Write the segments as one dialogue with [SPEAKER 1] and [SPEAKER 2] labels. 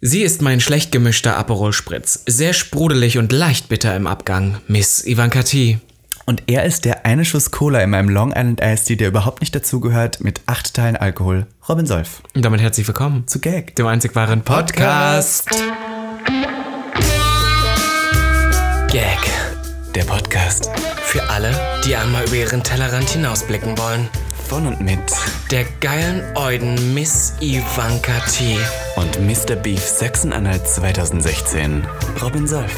[SPEAKER 1] Sie ist mein schlecht gemischter Aperol Spritz, sehr sprudelig und leicht bitter im Abgang, Miss Ivanka T.
[SPEAKER 2] Und er ist der eine Schuss Cola in meinem Long Island Iced Tea, der überhaupt nicht dazugehört, mit acht Teilen Alkohol. Robin Solf.
[SPEAKER 1] Und damit herzlich willkommen
[SPEAKER 2] Zu Gag.
[SPEAKER 1] dem einzig wahren Podcast. Gag, der Podcast für alle, die einmal über ihren Tellerrand hinausblicken wollen.
[SPEAKER 2] Von und mit.
[SPEAKER 1] Der geilen Euden Miss Ivanka T.
[SPEAKER 2] Und Mr. Beef Sachsen-Anhalt 2016. Robin Solf.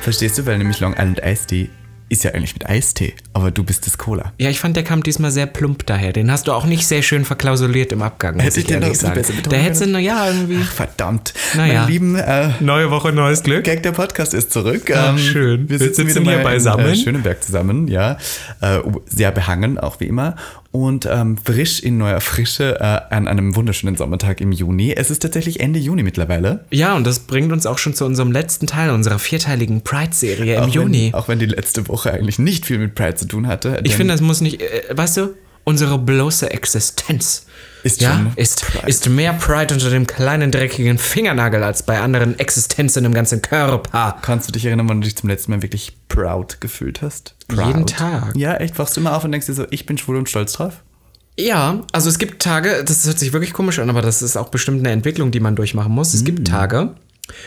[SPEAKER 2] Verstehst du, weil nämlich Long Island Iced Tea ist ja eigentlich mit Eistee, aber du bist das Cola.
[SPEAKER 1] Ja, ich fand, der kam diesmal sehr plump daher. Den hast du auch nicht sehr schön verklausuliert im Abgang, muss
[SPEAKER 2] Hätte ich
[SPEAKER 1] ich
[SPEAKER 2] den
[SPEAKER 1] ehrlich
[SPEAKER 2] doch so
[SPEAKER 1] sagen.
[SPEAKER 2] besser betonen
[SPEAKER 1] Da hättest du,
[SPEAKER 2] können.
[SPEAKER 1] naja, irgendwie...
[SPEAKER 2] Ach, verdammt.
[SPEAKER 1] Naja.
[SPEAKER 2] Meine lieben äh,
[SPEAKER 1] Neue Woche, neues Glück.
[SPEAKER 2] Gag, der Podcast ist zurück. Ähm,
[SPEAKER 1] Ah, schön.
[SPEAKER 2] Wir
[SPEAKER 1] Wir
[SPEAKER 2] sitzen,
[SPEAKER 1] sitzen
[SPEAKER 2] wieder
[SPEAKER 1] hier
[SPEAKER 2] mal
[SPEAKER 1] beisammen.
[SPEAKER 2] In, äh, Schöneberg zusammen, ja. Äh, sehr behangen, auch wie immer. Und ähm, frisch in neuer Frische äh, an einem wunderschönen Sommertag im Juni. Es ist tatsächlich Ende Juni mittlerweile.
[SPEAKER 1] Ja, und das bringt uns auch schon zu unserem letzten Teil unserer vierteiligen Pride-Serie im
[SPEAKER 2] auch
[SPEAKER 1] Juni.
[SPEAKER 2] Wenn, auch wenn die letzte Woche eigentlich nicht viel mit Pride zu tun hatte.
[SPEAKER 1] ich finde, das muss nicht, äh, weißt du, unsere bloße Existenz
[SPEAKER 2] Ist
[SPEAKER 1] ja,
[SPEAKER 2] schon
[SPEAKER 1] ist,
[SPEAKER 2] Pride.
[SPEAKER 1] ist mehr Pride unter dem kleinen, dreckigen Fingernagel als bei anderen Existenzen im ganzen Körper.
[SPEAKER 2] Kannst du dich erinnern, wann du dich zum letzten Mal wirklich proud gefühlt hast? Proud.
[SPEAKER 1] Jeden Tag.
[SPEAKER 2] Ja, echt, wachst du immer auf und denkst dir so, ich bin schwul und stolz drauf?
[SPEAKER 1] Ja, also es gibt Tage, das hört sich wirklich komisch an, aber das ist auch bestimmt eine Entwicklung, die man durchmachen muss. Es gibt Tage,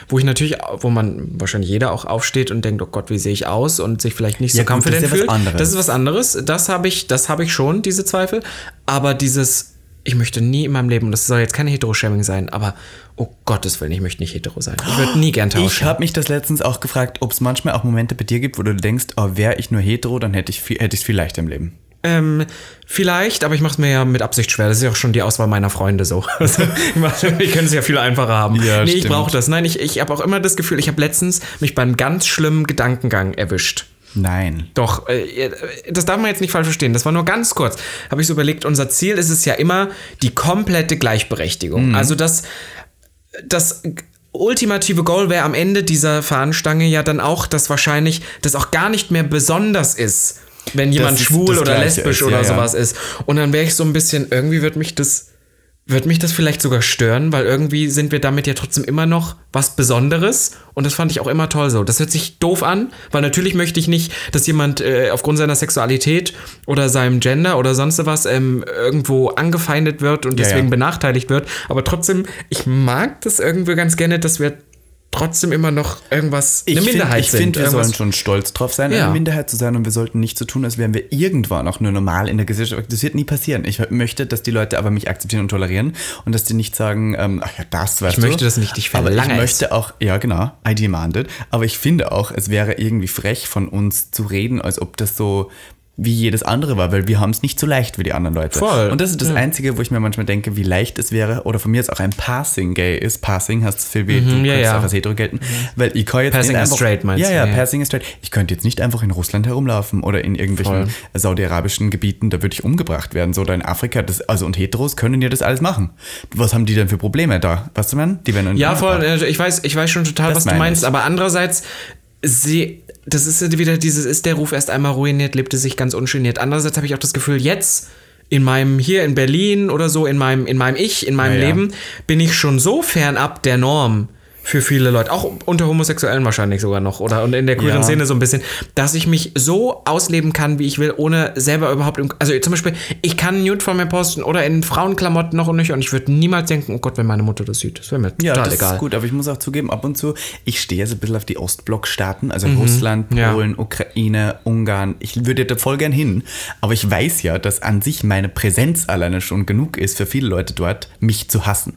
[SPEAKER 1] wo ich natürlich, wo man wahrscheinlich jeder auch aufsteht und denkt, oh Gott, wie sehe ich aus und sich vielleicht nicht so
[SPEAKER 2] Ja, gut, das
[SPEAKER 1] confident
[SPEAKER 2] ist ja was
[SPEAKER 1] fühlt.
[SPEAKER 2] anderes.
[SPEAKER 1] Das ist was anderes. Das habe ich, das habe ich schon, diese Zweifel. Aber dieses, ich möchte nie in meinem Leben, und das soll jetzt keine Hetero-Shaming sein, aber oh Gottes Willen, ich möchte nicht hetero sein. Ich würde nie gern
[SPEAKER 2] Ich
[SPEAKER 1] tauschen.
[SPEAKER 2] habe mich das letztens auch gefragt, ob es manchmal auch Momente bei dir gibt, wo du denkst, oh, wäre ich nur hetero, dann hätte ich viel, hätte ich es viel leichter im Leben.
[SPEAKER 1] Ähm, vielleicht, aber ich mache es mir ja mit Absicht schwer. Das ist ja auch schon die Auswahl meiner Freunde so. Also, ich mach- ich könnte es ja viel einfacher haben.
[SPEAKER 2] Ja,
[SPEAKER 1] nee, ich
[SPEAKER 2] stimmt.
[SPEAKER 1] brauche das. Nein, ich, ich habe auch immer das Gefühl, ich habe letztens mich bei einem ganz schlimmen Gedankengang erwischt.
[SPEAKER 2] Nein.
[SPEAKER 1] Doch, äh, das darf man jetzt nicht falsch verstehen. Das war nur ganz kurz. Habe ich so überlegt, unser Ziel ist es ja immer die komplette Gleichberechtigung.
[SPEAKER 2] Mhm.
[SPEAKER 1] Also das, das ultimative Goal wäre am Ende dieser Fahnenstange ja dann auch, dass wahrscheinlich das auch gar nicht mehr besonders ist, wenn jemand
[SPEAKER 2] es
[SPEAKER 1] schwul
[SPEAKER 2] das
[SPEAKER 1] oder
[SPEAKER 2] Gleiche
[SPEAKER 1] lesbisch
[SPEAKER 2] ist, ja,
[SPEAKER 1] oder
[SPEAKER 2] ja.
[SPEAKER 1] sowas ist. Und dann wäre ich so ein bisschen, irgendwie wird mich das wird mich das vielleicht sogar stören, weil irgendwie sind wir damit ja trotzdem immer noch was Besonderes und das fand ich auch immer toll so. Das hört sich doof an, weil natürlich möchte ich nicht, dass jemand äh, aufgrund seiner Sexualität oder seinem Gender oder sonst was ähm, irgendwo angefeindet wird und
[SPEAKER 2] Ja,
[SPEAKER 1] deswegen
[SPEAKER 2] ja.
[SPEAKER 1] benachteiligt wird. Aber trotzdem, ich mag das irgendwie ganz gerne, dass wir trotzdem immer noch irgendwas
[SPEAKER 2] Ich
[SPEAKER 1] eine
[SPEAKER 2] find-
[SPEAKER 1] Minderheit
[SPEAKER 2] ich
[SPEAKER 1] sind.
[SPEAKER 2] finde, wir
[SPEAKER 1] irgendwas-
[SPEAKER 2] sollen schon stolz drauf sein,
[SPEAKER 1] Ja.
[SPEAKER 2] eine Minderheit zu sein und wir sollten nicht so tun, als wären wir irgendwann auch nur normal in der Gesellschaft. Das wird nie passieren. Ich möchte, dass die Leute aber mich akzeptieren und tolerieren und dass die nicht sagen, ähm, ach ja, das weißt
[SPEAKER 1] Ich
[SPEAKER 2] du.
[SPEAKER 1] möchte das nicht, ich
[SPEAKER 2] Aber ich
[SPEAKER 1] verlange es.
[SPEAKER 2] möchte auch, ja genau, I demand it. Aber ich finde auch, es wäre irgendwie frech von uns zu reden, als ob das so wie jedes andere war, weil wir haben es nicht so leicht wie die anderen Leute.
[SPEAKER 1] Voll.
[SPEAKER 2] Und das ist das
[SPEAKER 1] Ja.
[SPEAKER 2] Einzige, wo ich mir manchmal denke, wie leicht es wäre, oder von mir jetzt auch ein Passing-Gay ist. Passing heißt es viel wie, du
[SPEAKER 1] Mhm, ja,
[SPEAKER 2] könntest
[SPEAKER 1] ja. Mhm.
[SPEAKER 2] auch als Hetero gelten, weil ich kann jetzt
[SPEAKER 1] Passing
[SPEAKER 2] nicht
[SPEAKER 1] is
[SPEAKER 2] einfach,
[SPEAKER 1] straight, meinst
[SPEAKER 2] ja,
[SPEAKER 1] du?
[SPEAKER 2] Ja,
[SPEAKER 1] Ja,
[SPEAKER 2] ja,
[SPEAKER 1] ja.
[SPEAKER 2] Passing is straight. Ich könnte jetzt nicht einfach in Russland herumlaufen oder in irgendwelchen saudi-arabischen Gebieten, da würde ich umgebracht werden. So, oder in Afrika, das, also und Heteros können ja das alles machen. Was haben die denn für Probleme da? Weißt du, man? Die werden in
[SPEAKER 1] Ja,
[SPEAKER 2] den
[SPEAKER 1] voll.
[SPEAKER 2] Nachbarn.
[SPEAKER 1] äh, Ich weiß, ich weiß schon total,
[SPEAKER 2] ne? Das
[SPEAKER 1] was du
[SPEAKER 2] meine
[SPEAKER 1] meinst.
[SPEAKER 2] ich.
[SPEAKER 1] Aber andererseits, sie, das ist ja wieder dieses, ist der Ruf erst einmal ruiniert, lebte sich ganz ungeniert. Andererseits habe ich auch das Gefühl, jetzt in meinem, hier in Berlin oder so, in meinem, in meinem Ich, in meinem
[SPEAKER 2] Ja, ja.
[SPEAKER 1] Leben, bin ich schon so fernab der Norm für viele Leute, auch unter Homosexuellen wahrscheinlich sogar noch oder und in der queeren
[SPEAKER 2] Ja.
[SPEAKER 1] Szene so ein bisschen, dass ich mich so ausleben kann, wie ich will, ohne selber überhaupt, im, also zum Beispiel, ich kann ein Nude von mir posten oder in Frauenklamotten noch und nicht und ich würde niemals denken, oh Gott, wenn meine Mutter das sieht, das wäre mir
[SPEAKER 2] Ja,
[SPEAKER 1] total
[SPEAKER 2] das
[SPEAKER 1] egal.
[SPEAKER 2] ist gut, aber ich muss auch zugeben, ab und zu, ich stehe so ein bisschen auf die Ostblockstaaten, also Russland,
[SPEAKER 1] Mhm, ja.
[SPEAKER 2] Polen, Ukraine, Ungarn. Ich würde da voll gern hin, aber ich weiß ja, dass an sich meine Präsenz alleine schon genug ist für viele Leute dort, mich zu hassen.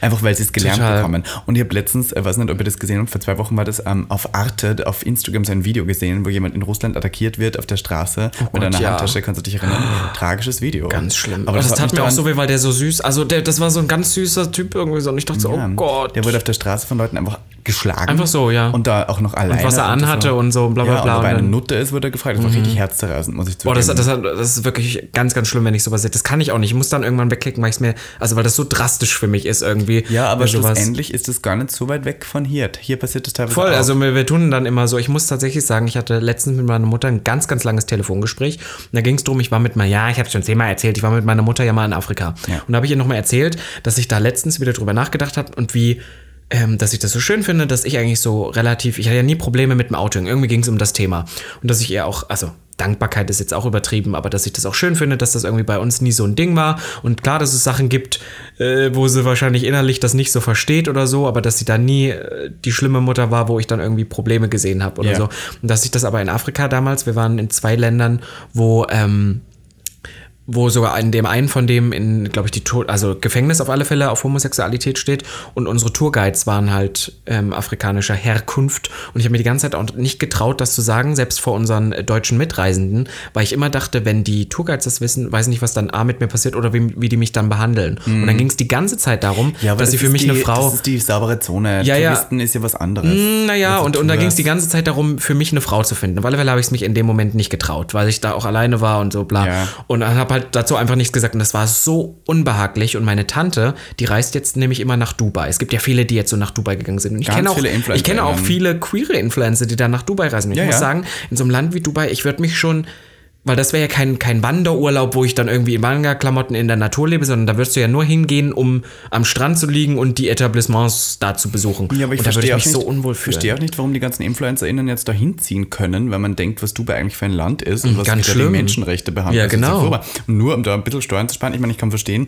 [SPEAKER 2] Einfach weil sie es gelernt
[SPEAKER 1] Total.
[SPEAKER 2] bekommen. Und ich habe letztens, äh, weiß nicht, ob ihr das gesehen habt, vor zwei Wochen war das ähm, auf Arte, auf Instagram so ein Video gesehen, wo jemand in Russland attackiert wird auf der Straße mit einer
[SPEAKER 1] Oh ja. Ah,
[SPEAKER 2] Handtasche, kannst du dich erinnern? Tragisches Video.
[SPEAKER 1] Ganz schlimm.
[SPEAKER 2] Aber das, hat
[SPEAKER 1] tat
[SPEAKER 2] mich
[SPEAKER 1] mir auch so
[SPEAKER 2] daran,
[SPEAKER 1] weh, weil der so süß, also der, das war so ein ganz süßer Typ irgendwie so und ich dachte so,
[SPEAKER 2] ja,
[SPEAKER 1] oh Gott.
[SPEAKER 2] Der wurde auf der Straße von Leuten einfach geschlagen.
[SPEAKER 1] Einfach so, ja.
[SPEAKER 2] Und da auch noch alleine.
[SPEAKER 1] was er
[SPEAKER 2] das
[SPEAKER 1] anhatte
[SPEAKER 2] war-
[SPEAKER 1] und so, bla, bla,
[SPEAKER 2] ja,
[SPEAKER 1] bla.
[SPEAKER 2] Und weil er
[SPEAKER 1] Und
[SPEAKER 2] eine
[SPEAKER 1] dann- Mhm.
[SPEAKER 2] Nutte ist, wird er gefragt. Das war richtig herzzerreißend, muss ich zugeben.
[SPEAKER 1] Boah, Oh, das, das, hat- das ist wirklich ganz, ganz schlimm, wenn ich sowas sehe. Das kann ich auch nicht. Ich muss dann irgendwann wegklicken, weil ich es mir, also weil das so drastisch für mich ist irgendwie.
[SPEAKER 2] ja, aber
[SPEAKER 1] wenn sowas-
[SPEAKER 2] schlussendlich ist es gar nicht so weit weit weg von hier. Hier passiert das teilweise
[SPEAKER 1] Voll,
[SPEAKER 2] auch.
[SPEAKER 1] also wir, wir tun dann immer so. Ich muss tatsächlich sagen, ich hatte letztens mit meiner Mutter ein ganz, ganz langes Telefongespräch. Und da ging es darum, ich war mit meiner, ja, ich habe es schon zehnmal erzählt, ich war mit meiner Mutter ja mal in Afrika.
[SPEAKER 2] Ja.
[SPEAKER 1] Und da habe ich ihr nochmal erzählt, dass ich da letztens wieder drüber nachgedacht habe und wie, ähm, dass ich das so schön finde, dass ich eigentlich so relativ, ich hatte ja nie Probleme mit dem Outing. Irgendwie ging es um das Thema. Und dass ich ihr auch, also Dankbarkeit ist jetzt auch übertrieben, aber dass ich das auch schön finde, dass das irgendwie bei uns nie so ein Ding war. Und klar, dass es Sachen gibt, äh, wo sie wahrscheinlich innerlich das nicht so versteht oder so, aber dass sie da nie äh, die schlimme Mutter war, wo ich dann irgendwie Probleme gesehen habe oder
[SPEAKER 2] Ja.
[SPEAKER 1] so. Und dass ich das aber in Afrika damals, wir waren in zwei Ländern, wo ähm, wo sogar in dem einen von dem in, glaube ich, die Tour, also Gefängnis auf alle Fälle auf Homosexualität steht. Und unsere Tourguides waren halt ähm, afrikanischer Herkunft. Und ich habe mir die ganze Zeit auch nicht getraut, das zu sagen, selbst vor unseren äh, deutschen Mitreisenden, weil ich immer dachte, wenn die Tourguides das wissen, weiß ich nicht, was dann A mit mir passiert oder wie, wie die mich dann behandeln. Und dann ging es die ganze Zeit darum, dass sie für
[SPEAKER 2] ist
[SPEAKER 1] mich
[SPEAKER 2] die,
[SPEAKER 1] eine Frau.
[SPEAKER 2] Mhm. Das ist die saubere Zone.
[SPEAKER 1] Ja, Mhm. ja.
[SPEAKER 2] Touristen ist ja was anderes.
[SPEAKER 1] Naja,
[SPEAKER 2] Also
[SPEAKER 1] Hm, und, und da
[SPEAKER 2] Tourist-
[SPEAKER 1] ging es die ganze Zeit darum, für mich eine Frau zu finden. Auf alle Fälle habe ich es mich in dem Moment nicht getraut, weil ich da auch alleine war und so bla.
[SPEAKER 2] Ja.
[SPEAKER 1] Und habe halt dazu einfach nichts gesagt. Und das war so unbehaglich. Und meine Tante, die reist jetzt nämlich immer nach Dubai. Es gibt ja viele, die jetzt so nach Dubai gegangen sind. Und ich
[SPEAKER 2] Ganz
[SPEAKER 1] kenne auch,
[SPEAKER 2] viele Influencer,
[SPEAKER 1] ich kenne auch
[SPEAKER 2] ja.
[SPEAKER 1] viele queere Influencer, die dann nach Dubai reisen. Und ich
[SPEAKER 2] Ja,
[SPEAKER 1] muss
[SPEAKER 2] ja.
[SPEAKER 1] sagen, in so einem Land wie Dubai, ich würde mich schon. Weil das wäre ja kein, kein Wanderurlaub, wo ich dann irgendwie in Manga-Klamotten in der Natur lebe, sondern da würdest du ja nur hingehen, um am Strand zu liegen und die Etablissements da zu besuchen.
[SPEAKER 2] Ja, aber ich
[SPEAKER 1] und da würde
[SPEAKER 2] verstehe
[SPEAKER 1] ich
[SPEAKER 2] auch,
[SPEAKER 1] mich
[SPEAKER 2] nicht-
[SPEAKER 1] so unwohl fühlen.
[SPEAKER 2] verstehe auch nicht, warum die ganzen InfluencerInnen jetzt da hinziehen können, wenn man denkt, was Dubai eigentlich für ein Land ist und was
[SPEAKER 1] Mhm, ganz
[SPEAKER 2] die da
[SPEAKER 1] schlimm.
[SPEAKER 2] die Menschenrechte behandelt.
[SPEAKER 1] Ja,
[SPEAKER 2] Das ist
[SPEAKER 1] genau.
[SPEAKER 2] furchtbar. und nur um da ein bisschen Steuern zu sparen, ich meine, ich kann verstehen,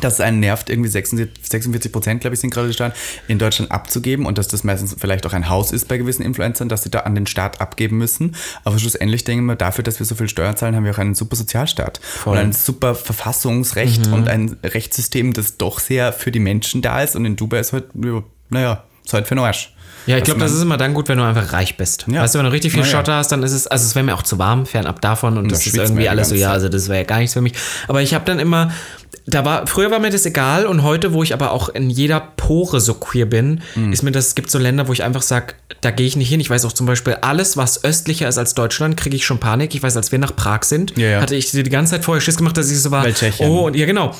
[SPEAKER 2] dass es einen nervt, irgendwie 76 46 Prozent, glaube ich, sind gerade die Steuern, in Deutschland abzugeben und dass das meistens vielleicht auch ein Haus ist bei gewissen Influencern, dass sie da an den Staat abgeben müssen. Aber schlussendlich denken wir, dafür, dass wir so viel Steuern zahlen, haben wir auch einen super Sozialstaat und ein super
[SPEAKER 1] Mhm.
[SPEAKER 2] Verfassungsrecht und ein Rechtssystem, das doch sehr für die Menschen da ist. Und in Dubai ist halt, ja, naja, ist halt für den Arsch.
[SPEAKER 1] Ja, ich glaube, das
[SPEAKER 2] man-
[SPEAKER 1] ist immer dann gut, wenn du einfach reich bist.
[SPEAKER 2] Ja.
[SPEAKER 1] Weißt du, wenn du richtig viel
[SPEAKER 2] Na ja.
[SPEAKER 1] Schotter hast, dann ist es, also es wäre mir auch zu warm, fernab davon und das ist
[SPEAKER 2] schwitzt man
[SPEAKER 1] irgendwie
[SPEAKER 2] ja die
[SPEAKER 1] alles so,
[SPEAKER 2] ganze
[SPEAKER 1] ja,
[SPEAKER 2] Zeit.
[SPEAKER 1] also das wäre ja gar nichts für mich. Aber ich habe dann immer, da war, früher war mir das egal und heute, wo ich aber auch in jeder Pore so queer bin,
[SPEAKER 2] Mhm.
[SPEAKER 1] ist mir das, es gibt so Länder, wo ich einfach sage, da gehe ich nicht hin. Ich weiß auch zum Beispiel, alles, was östlicher ist als Deutschland, kriege ich schon Panik. Ich weiß, als wir nach Prag sind,
[SPEAKER 2] Ja, ja.
[SPEAKER 1] hatte ich die ganze Zeit vorher Schiss gemacht, dass ich so war,
[SPEAKER 2] Weil Tschechien.
[SPEAKER 1] oh, und ja, genau.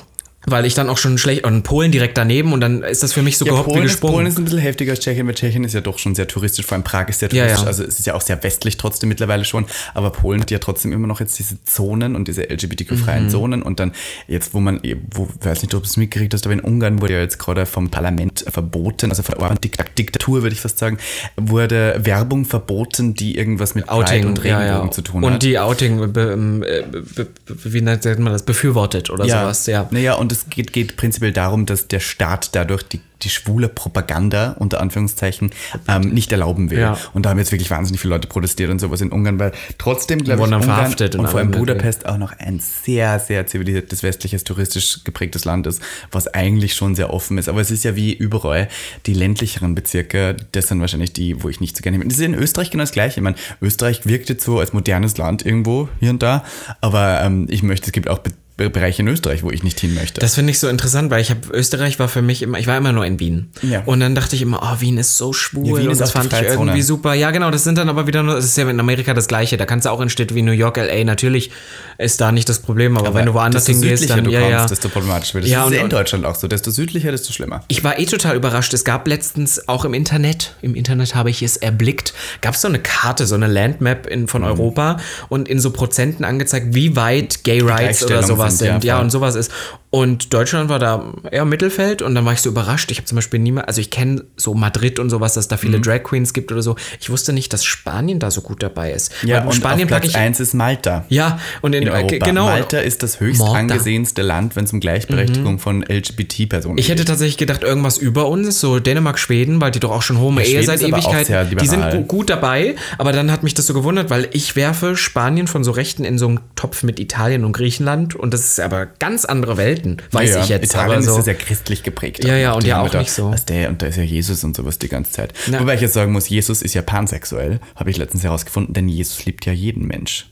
[SPEAKER 1] Weil ich dann auch schon schlecht, und Polen direkt daneben und dann ist das für mich so gehoppt wie
[SPEAKER 2] Polen, ist,
[SPEAKER 1] gesprungen.
[SPEAKER 2] Polen ist ein bisschen heftiger als Tschechien, weil Tschechien ist ja doch schon sehr touristisch, vor allem Prag ist sehr
[SPEAKER 1] Ja,
[SPEAKER 2] touristisch,
[SPEAKER 1] ja.
[SPEAKER 2] also es ist ja auch sehr westlich trotzdem mittlerweile schon, aber Polen hat ja trotzdem immer noch jetzt diese Zonen und diese LGBTQ-freien
[SPEAKER 1] Mhm.
[SPEAKER 2] Zonen und dann jetzt, wo man, wo, weiß nicht, ob du es mitgekriegt hast, aber in Ungarn wurde ja jetzt gerade vom Parlament verboten, also von der Orban- Dik- Diktatur würde ich fast sagen, wurde Werbung verboten, die irgendwas mit Pride
[SPEAKER 1] Outing
[SPEAKER 2] und Regenbogen
[SPEAKER 1] ja, ja.
[SPEAKER 2] zu tun
[SPEAKER 1] und
[SPEAKER 2] hat.
[SPEAKER 1] die Outing, be, ähm, äh, be, be, wie nennt sagt man das, befürwortet oder sowas, ja.
[SPEAKER 2] Naja, und es geht, geht prinzipiell darum, dass der Staat dadurch die, die schwule Propaganda, unter Anführungszeichen, ähm, nicht erlauben will.
[SPEAKER 1] Ja.
[SPEAKER 2] Und da haben jetzt wirklich wahnsinnig viele Leute protestiert und sowas in Ungarn, weil trotzdem, glaube ich,
[SPEAKER 1] Wurden dann
[SPEAKER 2] Ungarn
[SPEAKER 1] verhaftet ne? in
[SPEAKER 2] und vor allem
[SPEAKER 1] anderen Ländern.
[SPEAKER 2] Budapest auch noch ein sehr, sehr zivilisiertes, westliches, touristisch geprägtes Land ist, was eigentlich schon sehr offen ist. Aber es ist ja wie überall, die ländlicheren Bezirke, das sind wahrscheinlich die, wo ich nicht so gerne bin. Das ist in Österreich genau das Gleiche. Ich meine, Österreich wirkt jetzt so als modernes Land irgendwo, hier und da. Aber ähm, ich möchte, es gibt auch Be Be- Bereiche in Österreich, wo ich nicht hin möchte.
[SPEAKER 1] Das finde ich so interessant, weil ich habe Österreich war für mich immer, ich war immer nur in Wien.
[SPEAKER 2] Ja.
[SPEAKER 1] Und dann dachte ich immer, oh, Wien ist so schwul
[SPEAKER 2] Ja, Wien
[SPEAKER 1] und
[SPEAKER 2] ist
[SPEAKER 1] das
[SPEAKER 2] auch die
[SPEAKER 1] fand ich
[SPEAKER 2] Freizone.
[SPEAKER 1] irgendwie super. Ja, genau, das sind dann aber wieder nur, das ist ja in Amerika das gleiche, da kannst du auch in Städte wie New York, LA, natürlich ist da nicht das Problem, aber, wenn du woanders
[SPEAKER 2] desto
[SPEAKER 1] hingehst,
[SPEAKER 2] südlicher
[SPEAKER 1] dann
[SPEAKER 2] du
[SPEAKER 1] ja,
[SPEAKER 2] kommst,
[SPEAKER 1] ja.
[SPEAKER 2] desto problematischer wird es.
[SPEAKER 1] Ja,
[SPEAKER 2] das ist
[SPEAKER 1] und-
[SPEAKER 2] in Deutschland auch so. Desto südlicher, desto schlimmer.
[SPEAKER 1] Ich war eh total überrascht. Es gab letztens auch im Internet, im Internet habe ich es erblickt, gab es so eine Karte, so eine Landmap in,
[SPEAKER 2] Mhm.
[SPEAKER 1] von Europa und in so Prozenten angezeigt, wie weit Gay Rights oder
[SPEAKER 2] Gleichstellung
[SPEAKER 1] sowas
[SPEAKER 2] sind,
[SPEAKER 1] sind.
[SPEAKER 2] ja,
[SPEAKER 1] Ja,
[SPEAKER 2] voll.
[SPEAKER 1] und sowas ist. Und Deutschland war da eher im Mittelfeld und dann war ich so überrascht. Ich habe zum Beispiel niemals, also ich kenne so Madrid und sowas, dass da
[SPEAKER 2] Mhm.
[SPEAKER 1] viele Drag Queens gibt oder so. Ich wusste nicht, dass Spanien da so gut dabei ist. Weil
[SPEAKER 2] und
[SPEAKER 1] Spanien
[SPEAKER 2] Spanien auf
[SPEAKER 1] packe
[SPEAKER 2] Platz
[SPEAKER 1] ich.
[SPEAKER 2] 1 ist Malta.
[SPEAKER 1] Ja, und in,
[SPEAKER 2] in Europa.
[SPEAKER 1] genau.
[SPEAKER 2] Malta ist das höchst
[SPEAKER 1] Malta. Mhm.
[SPEAKER 2] angesehenste Land, wenn es um Gleichberechtigung von LGBT-Personen
[SPEAKER 1] Ich hätte tatsächlich gedacht, irgendwas über uns, so Dänemark, Schweden, weil die doch auch schon homo
[SPEAKER 2] Ja,
[SPEAKER 1] Ehe
[SPEAKER 2] Schweden
[SPEAKER 1] seit
[SPEAKER 2] ist aber auch sehr
[SPEAKER 1] Ewigkeiten.
[SPEAKER 2] liberal.
[SPEAKER 1] Die sind gu- gut dabei, aber dann hat mich das so gewundert, weil ich werfe Spanien von so Rechten in so einen Topf mit Italien und Griechenland und das ist aber ganz andere Welten, weiß
[SPEAKER 2] Ja,
[SPEAKER 1] ich jetzt.
[SPEAKER 2] Italien
[SPEAKER 1] aber so.
[SPEAKER 2] ist ja sehr christlich geprägt.
[SPEAKER 1] Ja, ja, und
[SPEAKER 2] Die
[SPEAKER 1] ja
[SPEAKER 2] haben
[SPEAKER 1] auch
[SPEAKER 2] da,
[SPEAKER 1] nicht so.
[SPEAKER 2] Was der, und da ist ja Jesus und sowas die ganze Zeit.
[SPEAKER 1] Na.
[SPEAKER 2] Wobei ich jetzt sagen muss, Jesus ist ja pansexuell, habe ich letztens herausgefunden, denn Jesus liebt ja jeden Mensch.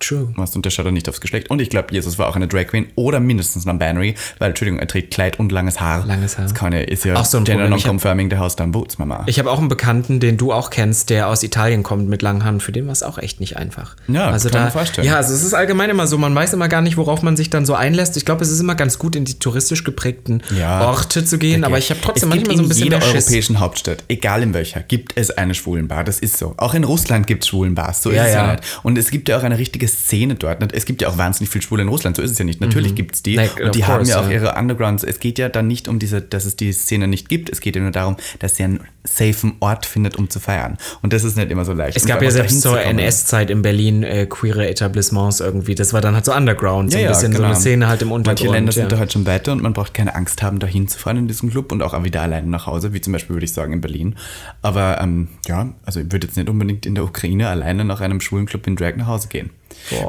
[SPEAKER 1] True.
[SPEAKER 2] Weißt, du, und der schaut dann nicht aufs Geschlecht. Und ich glaube, Jesus war auch eine Drag Queen oder mindestens non-binary, weil, Entschuldigung, er trägt Kleid und langes Haar.
[SPEAKER 1] Langes Haar.
[SPEAKER 2] Das kann ja, ist ja
[SPEAKER 1] Auch so ein
[SPEAKER 2] gender
[SPEAKER 1] Problem. Ich hab-
[SPEAKER 2] non-confirming, der Haus dann Boots, Mama.
[SPEAKER 1] Ich habe auch einen Bekannten, den du auch kennst, der aus Italien kommt mit langen Haaren. Für den war es auch echt nicht einfach.
[SPEAKER 2] Ja,
[SPEAKER 1] also
[SPEAKER 2] kann
[SPEAKER 1] da,
[SPEAKER 2] man vorstellen.
[SPEAKER 1] Ja, also es ist allgemein immer so. Man weiß immer gar nicht, worauf man sich dann so einlässt. Ich glaube, es ist immer ganz gut, in die touristisch geprägten
[SPEAKER 2] Ja.
[SPEAKER 1] Orte zu gehen. Aber ich habe trotzdem
[SPEAKER 2] es gibt
[SPEAKER 1] manchmal so ein bisschen
[SPEAKER 2] in
[SPEAKER 1] mehr
[SPEAKER 2] jeder
[SPEAKER 1] Schiss.
[SPEAKER 2] europäischen Hauptstadt, egal in welcher, gibt es eine Schwulenbar. Das ist so. Auch in Russland gibt es Schwulenbars. So
[SPEAKER 1] Ja,
[SPEAKER 2] ist es
[SPEAKER 1] ja.
[SPEAKER 2] ja nicht. Und es gibt ja auch eine richtige Szene dort. Es gibt ja auch wahnsinnig viel Schwule in Russland. So ist es ja nicht. Natürlich gibt's gibt es die.
[SPEAKER 1] Na, Mhm. of
[SPEAKER 2] und die haben
[SPEAKER 1] course,
[SPEAKER 2] ja auch
[SPEAKER 1] ja.
[SPEAKER 2] ihre Undergrounds. Es geht ja dann nicht um diese, dass es die Szene nicht gibt. Es geht ja nur darum, dass sie einen safen Ort findet, um zu feiern. Und das ist nicht immer so leicht. um
[SPEAKER 1] Es gab ja selbst zur NS-Zeit in Berlin äh, queere Etablissements irgendwie. Das war dann halt so Underground, so ein bisschen so eine Szene halt im Untergrund.
[SPEAKER 2] genau. Manche Länder
[SPEAKER 1] ja.
[SPEAKER 2] sind da halt schon weiter und man braucht keine Angst haben, dahin zu fahren in diesem Club und auch wieder alleine nach Hause, wie zum Beispiel würde ich sagen in Berlin. Aber ähm, ja, also ich würde jetzt nicht unbedingt in der Ukraine alleine nach einem schwulen Club in Drag nach Hause gehen.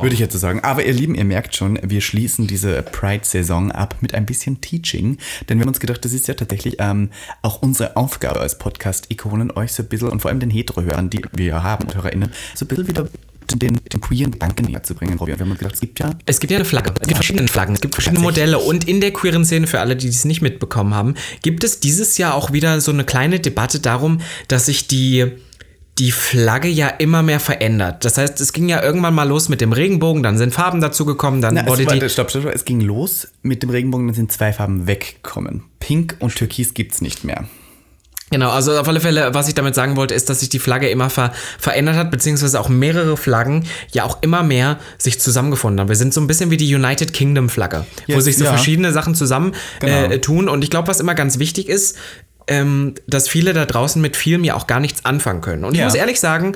[SPEAKER 2] Würde ich jetzt so sagen. Aber ihr Lieben, ihr merkt schon, wir schließen diese Pride-Saison ab mit ein bisschen Teaching. Denn wir haben uns gedacht, das ist ja tatsächlich ähm, auch unsere Aufgabe als Podcast-Ikonen, euch so ein bisschen und vor allem den Hetero-Hörern, die wir ja haben, und HörerInnen, so ein bisschen wieder den, den queeren Gedanken näher zu bringen. Wir haben uns gedacht, es gibt ja
[SPEAKER 1] Es gibt ja eine Flagge. Es gibt verschiedene Flaggen, es gibt verschiedene
[SPEAKER 2] Tatsächlich.
[SPEAKER 1] Modelle. Und in der queeren Szene, für alle, die es nicht mitbekommen haben, gibt es dieses Jahr auch wieder so eine kleine Debatte darum, dass sich die, die Flagge ja immer mehr verändert. Das heißt, es ging ja irgendwann mal los mit dem Regenbogen, dann sind Farben dazugekommen, dann
[SPEAKER 2] Na,
[SPEAKER 1] wurde
[SPEAKER 2] es, war-
[SPEAKER 1] die.
[SPEAKER 2] stopp, stopp, stopp. Es ging los mit dem Regenbogen, dann sind zwei Farben weggekommen. Pink und Türkis gibt's nicht mehr.
[SPEAKER 1] Genau, also auf alle Fälle, was ich damit sagen wollte, ist, dass sich die Flagge immer ver verändert hat, beziehungsweise auch mehrere Flaggen ja auch immer mehr sich zusammengefunden haben. Wir sind so ein bisschen wie die United Kingdom Flagge, wo
[SPEAKER 2] Jetzt,
[SPEAKER 1] sich so
[SPEAKER 2] ja.
[SPEAKER 1] verschiedene Sachen zusammen
[SPEAKER 2] Genau.
[SPEAKER 1] äh, tun. Und ich glaube, was immer ganz wichtig ist, ähm, dass viele da draußen mit Film ja auch gar nichts anfangen können. Und
[SPEAKER 2] Ja.
[SPEAKER 1] ich muss ehrlich sagen,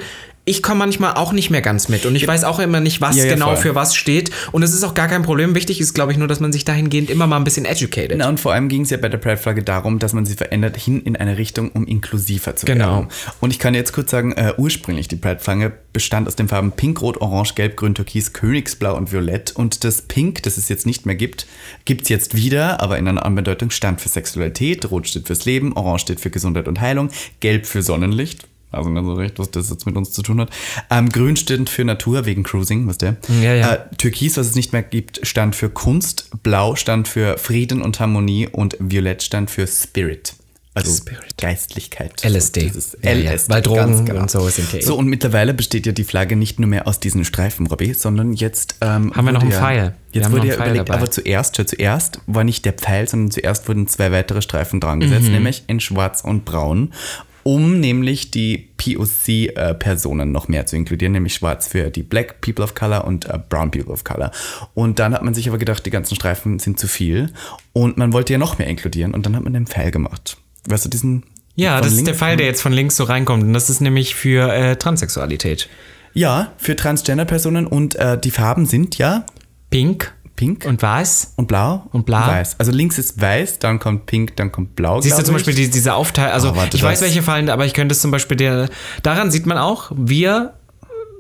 [SPEAKER 1] ich komme manchmal auch nicht mehr ganz mit und ich weiß auch immer nicht, was
[SPEAKER 2] Ja, ja,
[SPEAKER 1] genau
[SPEAKER 2] voll.
[SPEAKER 1] für was steht. Und es ist auch gar kein Problem. Wichtig ist, glaube ich, nur, dass man sich dahingehend immer mal ein bisschen educated.
[SPEAKER 2] Na, und vor allem ging es ja bei der Pride-Flagge darum, dass man sie verändert hin in eine Richtung, um inklusiver zu
[SPEAKER 1] Genau.
[SPEAKER 2] werden. Und ich kann jetzt kurz sagen, äh, ursprünglich die Pride-Flagge bestand aus den Farben Pink, Rot, Orange, Gelb, Grün, Türkis, Königsblau und Violett. Und das Pink, das es jetzt nicht mehr gibt, gibt es jetzt wieder, aber in einer anderen Bedeutung, stand für Sexualität, Rot steht fürs Leben, Orange steht für Gesundheit und Heilung, Gelb für Sonnenlicht. Also nicht so recht, was das jetzt mit uns zu tun hat. Ähm, Grün steht für Natur wegen Cruising, wisst ihr?
[SPEAKER 1] Ja, ja.
[SPEAKER 2] Äh, Türkis, was es nicht mehr gibt, stand für Kunst, Blau stand für Frieden und Harmonie und Violett stand für Spirit. Also
[SPEAKER 1] Oh. Spirit.
[SPEAKER 2] Geistlichkeit.
[SPEAKER 1] LSD.
[SPEAKER 2] Das ist
[SPEAKER 1] Ja, ja.
[SPEAKER 2] LSD.
[SPEAKER 1] Weil Drogen
[SPEAKER 2] ganz genau.
[SPEAKER 1] und so sind ja eh-
[SPEAKER 2] So, und mittlerweile besteht ja die Flagge nicht nur mehr aus diesen Streifen, Robby, sondern jetzt. Ähm,
[SPEAKER 1] Haben wir noch
[SPEAKER 2] wurde
[SPEAKER 1] einen
[SPEAKER 2] ja-
[SPEAKER 1] Pfeil? Wir
[SPEAKER 2] Jetzt
[SPEAKER 1] haben
[SPEAKER 2] wurde
[SPEAKER 1] noch
[SPEAKER 2] ja
[SPEAKER 1] einen Pfeil
[SPEAKER 2] überlegt,
[SPEAKER 1] dabei.
[SPEAKER 2] aber zuerst, schau, zuerst war nicht der Pfeil, sondern zuerst wurden zwei weitere Streifen dran
[SPEAKER 1] Mhm.
[SPEAKER 2] gesetzt, nämlich in schwarz und braun, um nämlich die POC-Personen äh, noch mehr zu inkludieren, nämlich schwarz für die Black People of Color und äh, Brown People of Color. Und dann hat man sich aber gedacht, die ganzen Streifen sind zu viel und man wollte ja noch mehr inkludieren und dann hat man den Pfeil gemacht. Weißt du, diesen.
[SPEAKER 1] Ja,
[SPEAKER 2] von
[SPEAKER 1] das ist
[SPEAKER 2] links- ne?
[SPEAKER 1] der Fall, der jetzt von links so reinkommt. Und das ist nämlich für äh, Transsexualität.
[SPEAKER 2] Ja, für Transgender-Personen und äh, die Farben sind ja
[SPEAKER 1] Pink
[SPEAKER 2] pink
[SPEAKER 1] und weiß.
[SPEAKER 2] Und blau?
[SPEAKER 1] Und blau.
[SPEAKER 2] Weiß. Also links ist weiß, dann kommt pink, dann kommt blau.
[SPEAKER 1] Siehst du
[SPEAKER 2] glaub
[SPEAKER 1] zum
[SPEAKER 2] ich.
[SPEAKER 1] Beispiel die, diese Aufteilung, also
[SPEAKER 2] Oh, warte,
[SPEAKER 1] ich weiß,
[SPEAKER 2] das-
[SPEAKER 1] welche fallen, aber ich könnte es zum Beispiel der, daran sieht man auch, wir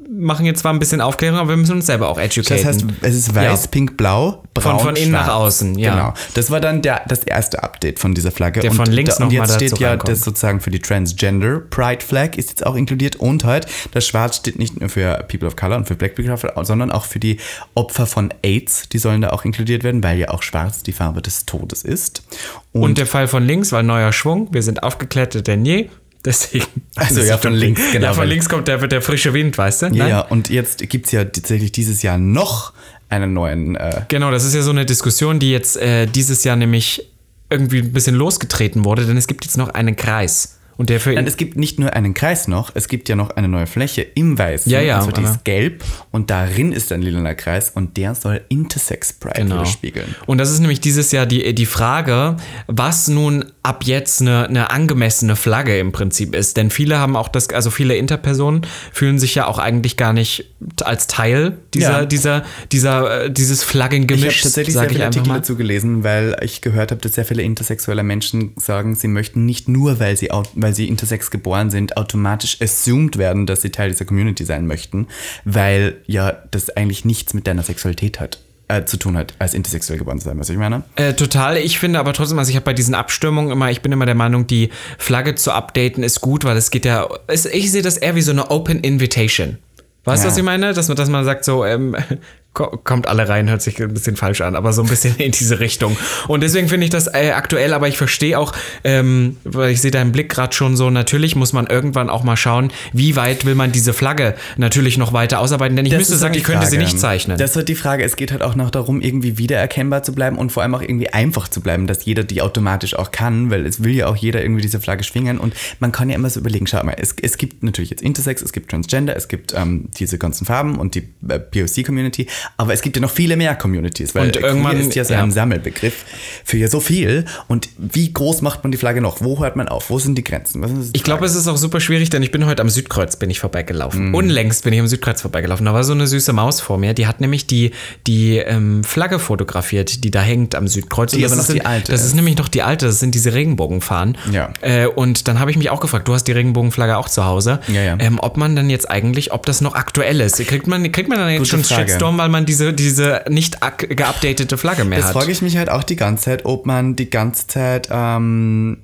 [SPEAKER 1] machen jetzt zwar ein bisschen Aufklärung, aber wir müssen uns selber auch educaten.
[SPEAKER 2] Das heißt, es ist weiß,
[SPEAKER 1] Ja.
[SPEAKER 2] pink, blau, braun,
[SPEAKER 1] von innen nach
[SPEAKER 2] schwarz.
[SPEAKER 1] außen, ja.
[SPEAKER 2] Genau. Das war dann der, das erste Update von dieser Flagge.
[SPEAKER 1] Der von links
[SPEAKER 2] da, und
[SPEAKER 1] noch mal
[SPEAKER 2] jetzt steht
[SPEAKER 1] dazu
[SPEAKER 2] ja
[SPEAKER 1] reinkommt.
[SPEAKER 2] das sozusagen für die Transgender Pride Flag ist jetzt auch inkludiert und halt das Schwarz steht nicht nur für People of Color und für Black People of Color, sondern auch für die Opfer von AIDS. Die sollen da auch inkludiert werden, weil ja auch Schwarz die Farbe des Todes ist.
[SPEAKER 1] und der Fall von links war neuer Schwung, wir sind aufgeklärter denn je, deswegen.
[SPEAKER 2] Also ja, von links, genau,
[SPEAKER 1] Ja, von
[SPEAKER 2] weil-
[SPEAKER 1] links kommt der, der frische Wind, weißt du?
[SPEAKER 2] ja,
[SPEAKER 1] äh, Nein?
[SPEAKER 2] ja, und jetzt gibt es ja tatsächlich dieses Jahr noch einen neuen äh,
[SPEAKER 1] Genau, das ist ja so eine Diskussion, die jetzt äh, dieses Jahr nämlich irgendwie ein bisschen losgetreten wurde, denn es gibt jetzt noch einen Kreis. Und der für
[SPEAKER 2] Nein, es gibt nicht nur einen Kreis noch, es gibt ja noch eine neue Fläche im Weißen.
[SPEAKER 1] Ja, ja,
[SPEAKER 2] Also die
[SPEAKER 1] aber-
[SPEAKER 2] ist gelb und darin ist ein lilaner Kreis und der soll Intersex Pride
[SPEAKER 1] Genau.
[SPEAKER 2] widerspiegeln.
[SPEAKER 1] Und das ist nämlich dieses Jahr die, die Frage, was nun ab jetzt eine, eine angemessene Flagge im Prinzip ist. Denn viele haben auch das, also viele Interpersonen fühlen sich ja auch eigentlich gar nicht t- als Teil dieser,
[SPEAKER 2] Ja.
[SPEAKER 1] dieser, dieser, äh, dieses
[SPEAKER 2] Ich habe
[SPEAKER 1] Flaggengemisch,
[SPEAKER 2] tatsächlich sehr
[SPEAKER 1] sage ich
[SPEAKER 2] viele
[SPEAKER 1] einfach
[SPEAKER 2] Artikel
[SPEAKER 1] mal.
[SPEAKER 2] dazu gelesen, weil ich gehört habe, dass sehr viele intersexuelle Menschen sagen, sie möchten nicht nur, weil sie, au- weil sie intersex geboren sind, automatisch assumed werden, dass sie Teil dieser Community sein möchten, weil ja das eigentlich nichts mit deiner Sexualität hat, äh, zu tun hat, als intersexuell geboren zu sein, was ich meine.
[SPEAKER 1] Äh, total. Ich finde aber trotzdem, also ich habe bei diesen Abstimmungen immer, ich bin immer der Meinung, die Flagge zu updaten ist gut, weil es geht ja, es, ich sehe das eher wie so eine Open Invitation. Weißt du, was ich meine? Dass man, dass man sagt, so, ähm, ko- kommt alle rein, hört sich ein bisschen falsch an, aber so ein bisschen in diese Richtung. Und deswegen finde ich das äh, aktuell, aber ich verstehe auch, ähm, weil ich sehe deinen Blick gerade schon so, natürlich muss man irgendwann auch mal schauen, wie weit will man diese Flagge natürlich noch weiter ausarbeiten, denn ich
[SPEAKER 2] Das
[SPEAKER 1] müsste
[SPEAKER 2] ist
[SPEAKER 1] sagen,
[SPEAKER 2] halt
[SPEAKER 1] ich
[SPEAKER 2] die
[SPEAKER 1] könnte sie
[SPEAKER 2] Frage.
[SPEAKER 1] nicht zeichnen.
[SPEAKER 2] Das ist halt die Frage. Es geht halt auch noch darum, irgendwie wiedererkennbar zu bleiben und vor allem auch irgendwie einfach zu bleiben, dass jeder die automatisch auch kann, weil es will ja auch jeder irgendwie diese Flagge schwingen und man kann ja immer so überlegen, schau mal, es, es gibt natürlich jetzt Intersex, es gibt Transgender, es gibt ähm, diese ganzen Farben und die äh, POC-Community, aber es gibt ja noch viele mehr Communities, weil
[SPEAKER 1] Und
[SPEAKER 2] queer
[SPEAKER 1] irgendwann-
[SPEAKER 2] ist ja so
[SPEAKER 1] ja.
[SPEAKER 2] ein Sammelbegriff für ja so viel und wie groß macht man die Flagge noch? Wo hört man auf? Wo sind die Grenzen? Was ist
[SPEAKER 1] Ich glaube, es ist auch super schwierig, denn ich bin heute am Südkreuz bin ich
[SPEAKER 2] Mhm.
[SPEAKER 1] vorbeigelaufen. Unlängst bin ich am Südkreuz vorbeigelaufen. Da war so eine süße Maus vor mir, die hat nämlich die, die ähm, Flagge fotografiert, die da hängt am Südkreuz. Und
[SPEAKER 2] aber noch
[SPEAKER 1] ist
[SPEAKER 2] die alte
[SPEAKER 1] Das ist
[SPEAKER 2] ist.
[SPEAKER 1] nämlich noch die alte, das sind diese Regenbogenfahnen.
[SPEAKER 2] Ja.
[SPEAKER 1] Äh, und dann habe ich mich auch gefragt, du hast die Regenbogenflagge auch zu Hause,
[SPEAKER 2] Ja, ja.
[SPEAKER 1] Ähm, ob man dann jetzt eigentlich, ob das noch aktuell ist. Kriegt man, kriegt man dann jetzt
[SPEAKER 2] Gute
[SPEAKER 1] schon
[SPEAKER 2] Frage.
[SPEAKER 1] Shitstorm, weil man diese, diese nicht ak- geupdatete Flagge mehr
[SPEAKER 2] Jetzt
[SPEAKER 1] hat?
[SPEAKER 2] frage ich mich halt auch die ganze Zeit, ob man die ganze Zeit, ähm,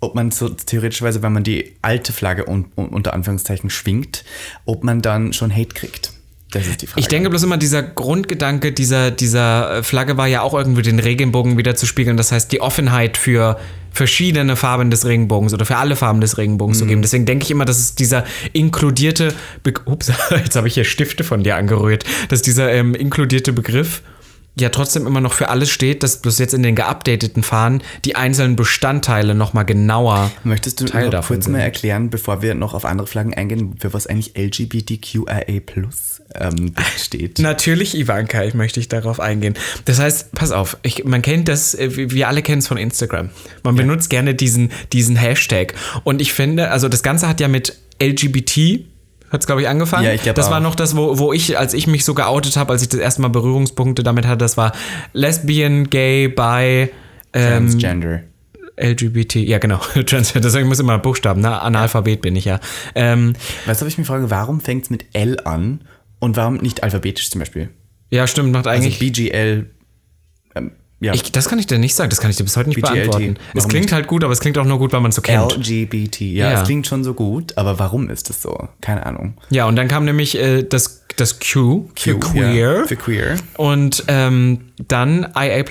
[SPEAKER 2] ob man so theoretischerweise, wenn man die alte Flagge un un unter Anführungszeichen schwingt, ob man dann schon Hate kriegt. Das ist die Frage.
[SPEAKER 1] Ich denke bloß immer, dieser Grundgedanke dieser, dieser äh, Flagge war ja auch irgendwie den Regenbogen wieder zu spiegeln. Das heißt, die Offenheit für verschiedene Farben des Regenbogens oder für alle Farben des Regenbogens zu geben. Deswegen denke ich immer, dass es dieser inkludierte, Be ups, jetzt habe ich hier Stifte von dir angerührt, dass dieser ähm, inkludierte Begriff ja trotzdem immer noch für alles steht, dass bloß jetzt in den geupdateten Fahnen die einzelnen Bestandteile nochmal genauer.
[SPEAKER 2] Möchtest du
[SPEAKER 1] Teil
[SPEAKER 2] noch
[SPEAKER 1] davon
[SPEAKER 2] kurz
[SPEAKER 1] sind.
[SPEAKER 2] mal erklären, bevor wir noch auf andere Flaggen eingehen, für was eigentlich LGBTQIA Plus ähm, steht?
[SPEAKER 1] Natürlich, Ivanka, ich möchte ich darauf eingehen. Das heißt, pass auf, ich, man kennt das, äh, wir wir alle kennen es von Instagram. Man benutzt gerne diesen, diesen Hashtag. Und ich finde, also das Ganze hat ja mit LGBT, hat es, glaube ich, angefangen.
[SPEAKER 2] Ja, ich glaub
[SPEAKER 1] Das war
[SPEAKER 2] auch.
[SPEAKER 1] noch das, wo, wo ich, als ich mich so geoutet habe, als ich das erste Mal Berührungspunkte damit hatte, das war Lesbian, Gay, Bi, ähm,
[SPEAKER 2] Transgender.
[SPEAKER 1] LGBT, ja genau, Transgender, deswegen muss ich immer Buchstaben, ne? Analphabet bin ich ja. Ähm,
[SPEAKER 2] Was habe ich mich gefragt, warum fängt es mit L an und warum nicht alphabetisch zum Beispiel?
[SPEAKER 1] ja, stimmt, macht
[SPEAKER 2] Also
[SPEAKER 1] eigentlich.
[SPEAKER 2] BGL. Ähm, ja.
[SPEAKER 1] Ich, das kann ich dir nicht sagen, das kann ich dir bis heute nicht
[SPEAKER 2] BGLT.
[SPEAKER 1] beantworten. es
[SPEAKER 2] Warum
[SPEAKER 1] klingt
[SPEAKER 2] nicht?
[SPEAKER 1] halt gut, aber es klingt auch nur gut, weil man es so kennt.
[SPEAKER 2] LGBT, ja,
[SPEAKER 1] Ja.
[SPEAKER 2] das klingt schon so gut, aber warum ist das so? Keine Ahnung.
[SPEAKER 1] ja, und dann kam nämlich äh, das, das Q, für Queer
[SPEAKER 2] Ja, für queer.
[SPEAKER 1] und ähm, dann IA+.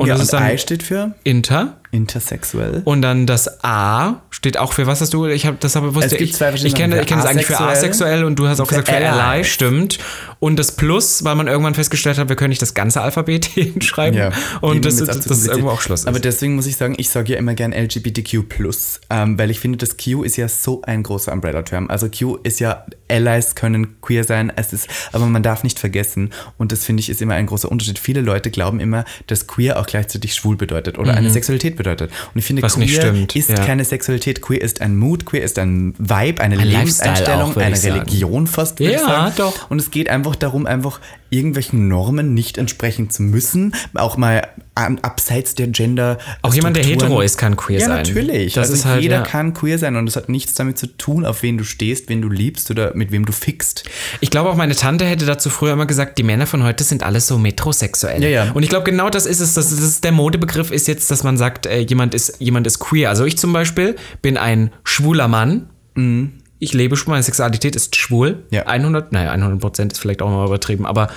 [SPEAKER 1] Und
[SPEAKER 2] ja,
[SPEAKER 1] das
[SPEAKER 2] und
[SPEAKER 1] ist dann
[SPEAKER 2] I steht für
[SPEAKER 1] Inter
[SPEAKER 2] intersexuell.
[SPEAKER 1] und dann das A steht auch für, was hast du, ich habe das aber wusste
[SPEAKER 2] Es gibt
[SPEAKER 1] ich,
[SPEAKER 2] zwei verschiedene
[SPEAKER 1] ich kenne
[SPEAKER 2] Sachen.
[SPEAKER 1] ich kenne es eigentlich für
[SPEAKER 2] Asexuell
[SPEAKER 1] asexuell und du hast auch
[SPEAKER 2] für
[SPEAKER 1] gesagt für ally,
[SPEAKER 2] ally.
[SPEAKER 1] stimmt. Und das Plus, weil man irgendwann festgestellt hat, wir können nicht das ganze Alphabet hinschreiben
[SPEAKER 2] Eben,
[SPEAKER 1] und das,
[SPEAKER 2] jetzt
[SPEAKER 1] das,
[SPEAKER 2] auch zu
[SPEAKER 1] das ist
[SPEAKER 2] kompliziert.
[SPEAKER 1] irgendwo auch Schluss.
[SPEAKER 2] Aber
[SPEAKER 1] ist.
[SPEAKER 2] deswegen muss ich sagen, ich sage ja immer gern LGBTQ+, ähm, weil ich finde, das Q ist ja so ein großer Umbrella-Term. Also Q ist ja, Allies können queer sein, es ist, aber man darf nicht vergessen, und das finde ich ist immer ein großer Unterschied. Viele Leute glauben immer, dass queer auch gleichzeitig schwul bedeutet oder eine Sexualität bedeutet. Und ich finde,
[SPEAKER 1] Mhm. Was
[SPEAKER 2] queer
[SPEAKER 1] nicht stimmt,
[SPEAKER 2] ist
[SPEAKER 1] ja.
[SPEAKER 2] keine Sexualität, queer ist ein Mut, queer ist ein Vibe, eine
[SPEAKER 1] Lifestyle auch,
[SPEAKER 2] Lebenseinstellung,
[SPEAKER 1] würde ich
[SPEAKER 2] eine
[SPEAKER 1] sagen.
[SPEAKER 2] Religion fast, würde ich
[SPEAKER 1] Ja,
[SPEAKER 2] sagen.
[SPEAKER 1] doch.
[SPEAKER 2] Und es geht einfach darum, einfach irgendwelchen Normen nicht entsprechen zu müssen, auch mal an, abseits der Gender. äh,
[SPEAKER 1] Auch jemand, der
[SPEAKER 2] Strukturen.
[SPEAKER 1] hetero ist, kann queer
[SPEAKER 2] ja,
[SPEAKER 1] sein.
[SPEAKER 2] Natürlich.
[SPEAKER 1] Das
[SPEAKER 2] also
[SPEAKER 1] ist halt,
[SPEAKER 2] jeder
[SPEAKER 1] ja.
[SPEAKER 2] kann queer sein und es hat nichts damit zu tun, auf wen du stehst, wen du liebst oder mit wem du fixt.
[SPEAKER 1] Ich glaube, auch meine Tante hätte dazu früher immer gesagt, die Männer von heute sind alles so metrosexuell.
[SPEAKER 2] Ja, ja.
[SPEAKER 1] Und ich glaube, genau das ist es. Das ist, das ist der Modebegriff ist jetzt, dass man sagt, äh, jemand, ist, jemand ist queer. Also ich zum Beispiel bin ein schwuler Mann. Ich lebe schwul, meine Sexualität ist schwul.
[SPEAKER 2] Mhm. Ja.
[SPEAKER 1] 100, naja, 100 Prozent ist vielleicht auch mal übertrieben, aber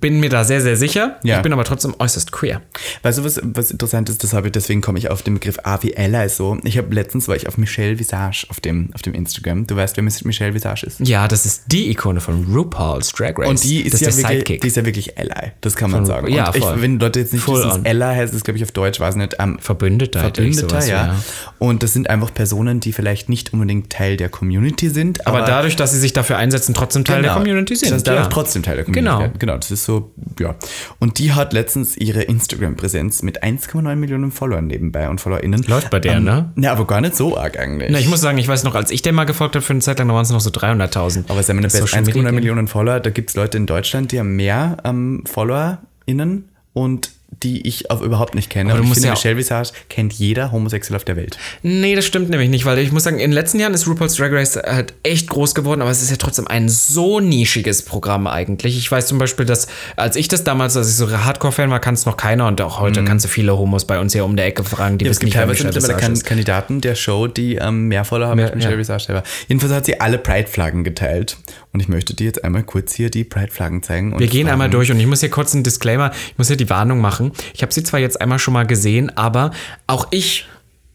[SPEAKER 1] bin mir da sehr, sehr sicher.
[SPEAKER 2] Ja.
[SPEAKER 1] Ich bin aber trotzdem äußerst queer.
[SPEAKER 2] Weißt du, was, was interessant ist, das habe ich, deswegen komme ich auf den Begriff A wie Ella so. Ich habe letztens war ich auf Michelle Visage auf dem, auf dem Instagram. Du weißt, wer Michelle Visage ist.
[SPEAKER 1] Ja, das ist die Ikone von RuPaul's Drag Race.
[SPEAKER 2] Und die ist,
[SPEAKER 1] das
[SPEAKER 2] ja
[SPEAKER 1] der
[SPEAKER 2] wirklich,
[SPEAKER 1] Sidekick.
[SPEAKER 2] die ist ja wirklich Ally. Das kann man
[SPEAKER 1] Von-
[SPEAKER 2] sagen.
[SPEAKER 1] ja,
[SPEAKER 2] und ich,
[SPEAKER 1] voll.
[SPEAKER 2] wenn Leute jetzt nicht
[SPEAKER 1] Full
[SPEAKER 2] wissen, was
[SPEAKER 1] on.
[SPEAKER 2] Ella heißt, ist glaube ich auf Deutsch, weiß nicht. Ähm,
[SPEAKER 1] Verbündeter, hätte ich
[SPEAKER 2] Verbündeter,
[SPEAKER 1] sowas,
[SPEAKER 2] ja.
[SPEAKER 1] ja.
[SPEAKER 2] Und das sind einfach Personen, die vielleicht nicht unbedingt Teil der Community sind,
[SPEAKER 1] aber dadurch, dass sie sich dafür einsetzen, trotzdem Teil der
[SPEAKER 2] Genau.
[SPEAKER 1] Community sind.
[SPEAKER 2] Das darf
[SPEAKER 1] ja.
[SPEAKER 2] trotzdem Teil der Community
[SPEAKER 1] Genau.
[SPEAKER 2] werden. Genau, das ist so, ja. Und die hat letztens ihre Instagram-Präsenz mit 1,9 Millionen Followern nebenbei und FollowerInnen.
[SPEAKER 1] Läuft bei der, ne?
[SPEAKER 2] Ja, aber gar nicht so arg eigentlich.
[SPEAKER 1] Na, ich muss sagen, ich weiß noch, als ich den mal gefolgt habe für eine Zeit lang, da waren es noch so 300.000.
[SPEAKER 2] aber Sam Best
[SPEAKER 1] Social Media
[SPEAKER 2] 1,9
[SPEAKER 1] Game.
[SPEAKER 2] Millionen Follower, da gibt es Leute in Deutschland, die haben mehr ähm, FollowerInnen und die ich auch überhaupt nicht kenne.
[SPEAKER 1] Aber du
[SPEAKER 2] ich
[SPEAKER 1] musst
[SPEAKER 2] finde,
[SPEAKER 1] ja-
[SPEAKER 2] Michelle Visage kennt jeder Homosexuell auf der Welt.
[SPEAKER 1] Nee, das stimmt nämlich nicht, weil ich muss sagen, in den letzten Jahren ist RuPaul's Drag Race halt echt groß geworden, aber es ist ja trotzdem ein so nischiges Programm eigentlich. Ich weiß zum Beispiel, dass als ich das damals, als ich so Hardcore-Fan war, kann es noch keiner und auch heute kannst du viele Homos bei uns hier um der Ecke fragen, die
[SPEAKER 2] Mhm. Es
[SPEAKER 1] wissen
[SPEAKER 2] gibt
[SPEAKER 1] nicht, wer
[SPEAKER 2] teilweise
[SPEAKER 1] Michelle
[SPEAKER 2] mittlerweile
[SPEAKER 1] Visage
[SPEAKER 2] kan
[SPEAKER 1] ist.
[SPEAKER 2] Kandidaten der Show, die ähm, mehr Follower haben
[SPEAKER 1] Mehr-
[SPEAKER 2] als Michelle
[SPEAKER 1] ja.
[SPEAKER 2] Visage selber. Jedenfalls hat sie alle Pride-Flaggen geteilt. Und ich möchte dir jetzt einmal kurz hier die Pride-Flaggen zeigen. und
[SPEAKER 1] Wir gehen
[SPEAKER 2] fragen.
[SPEAKER 1] einmal durch und ich muss hier kurz einen Disclaimer, ich muss hier die Warnung machen. Ich habe sie zwar jetzt einmal schon mal gesehen, aber auch ich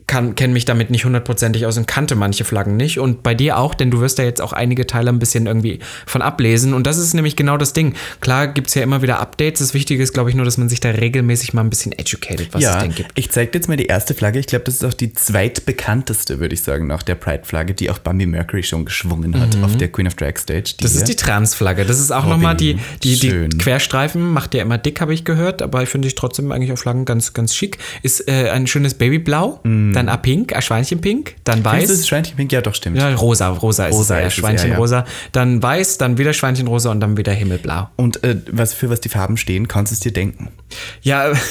[SPEAKER 1] kenne mich damit nicht hundertprozentig aus und kannte manche Flaggen nicht. Und bei dir auch, denn du wirst da jetzt auch einige Teile ein bisschen irgendwie von ablesen. Und das ist nämlich genau das Ding. Klar gibt es ja immer wieder Updates. Das Wichtige ist, glaube ich, nur, dass man sich da regelmäßig mal ein bisschen educated, was
[SPEAKER 2] ja,
[SPEAKER 1] es denn gibt.
[SPEAKER 2] Ich zeig dir jetzt mal die erste Flagge. Ich glaube, das ist auch die zweitbekannteste, würde ich sagen, nach der Pride-Flagge, die auch Bambi Mercury schon geschwungen hat auf der Queen of Drag Stage.
[SPEAKER 1] Mhm. Das ist die Transflagge. Das ist auch nochmal die, die, die
[SPEAKER 2] schön.
[SPEAKER 1] Querstreifen, macht ja immer dick, habe ich gehört, aber ich finde ich trotzdem eigentlich auf Flaggen ganz, ganz schick. Ist äh, ein schönes Babyblau, dann a pink, a Schweinchenpink, dann
[SPEAKER 2] Weiß? Mm. Das
[SPEAKER 1] weiß.
[SPEAKER 2] ist Schweinchen Pink, ja doch, stimmt.
[SPEAKER 1] Ja, rosa, rosa ist
[SPEAKER 2] Rosa
[SPEAKER 1] es. Ja,
[SPEAKER 2] ist es, ja,
[SPEAKER 1] Schweinchenrosa. Dann weiß, dann wieder Schweinchenrosa und dann wieder Himmelblau.
[SPEAKER 2] Und äh, was, für was die Farben stehen, kannst du es dir denken.
[SPEAKER 1] Ja,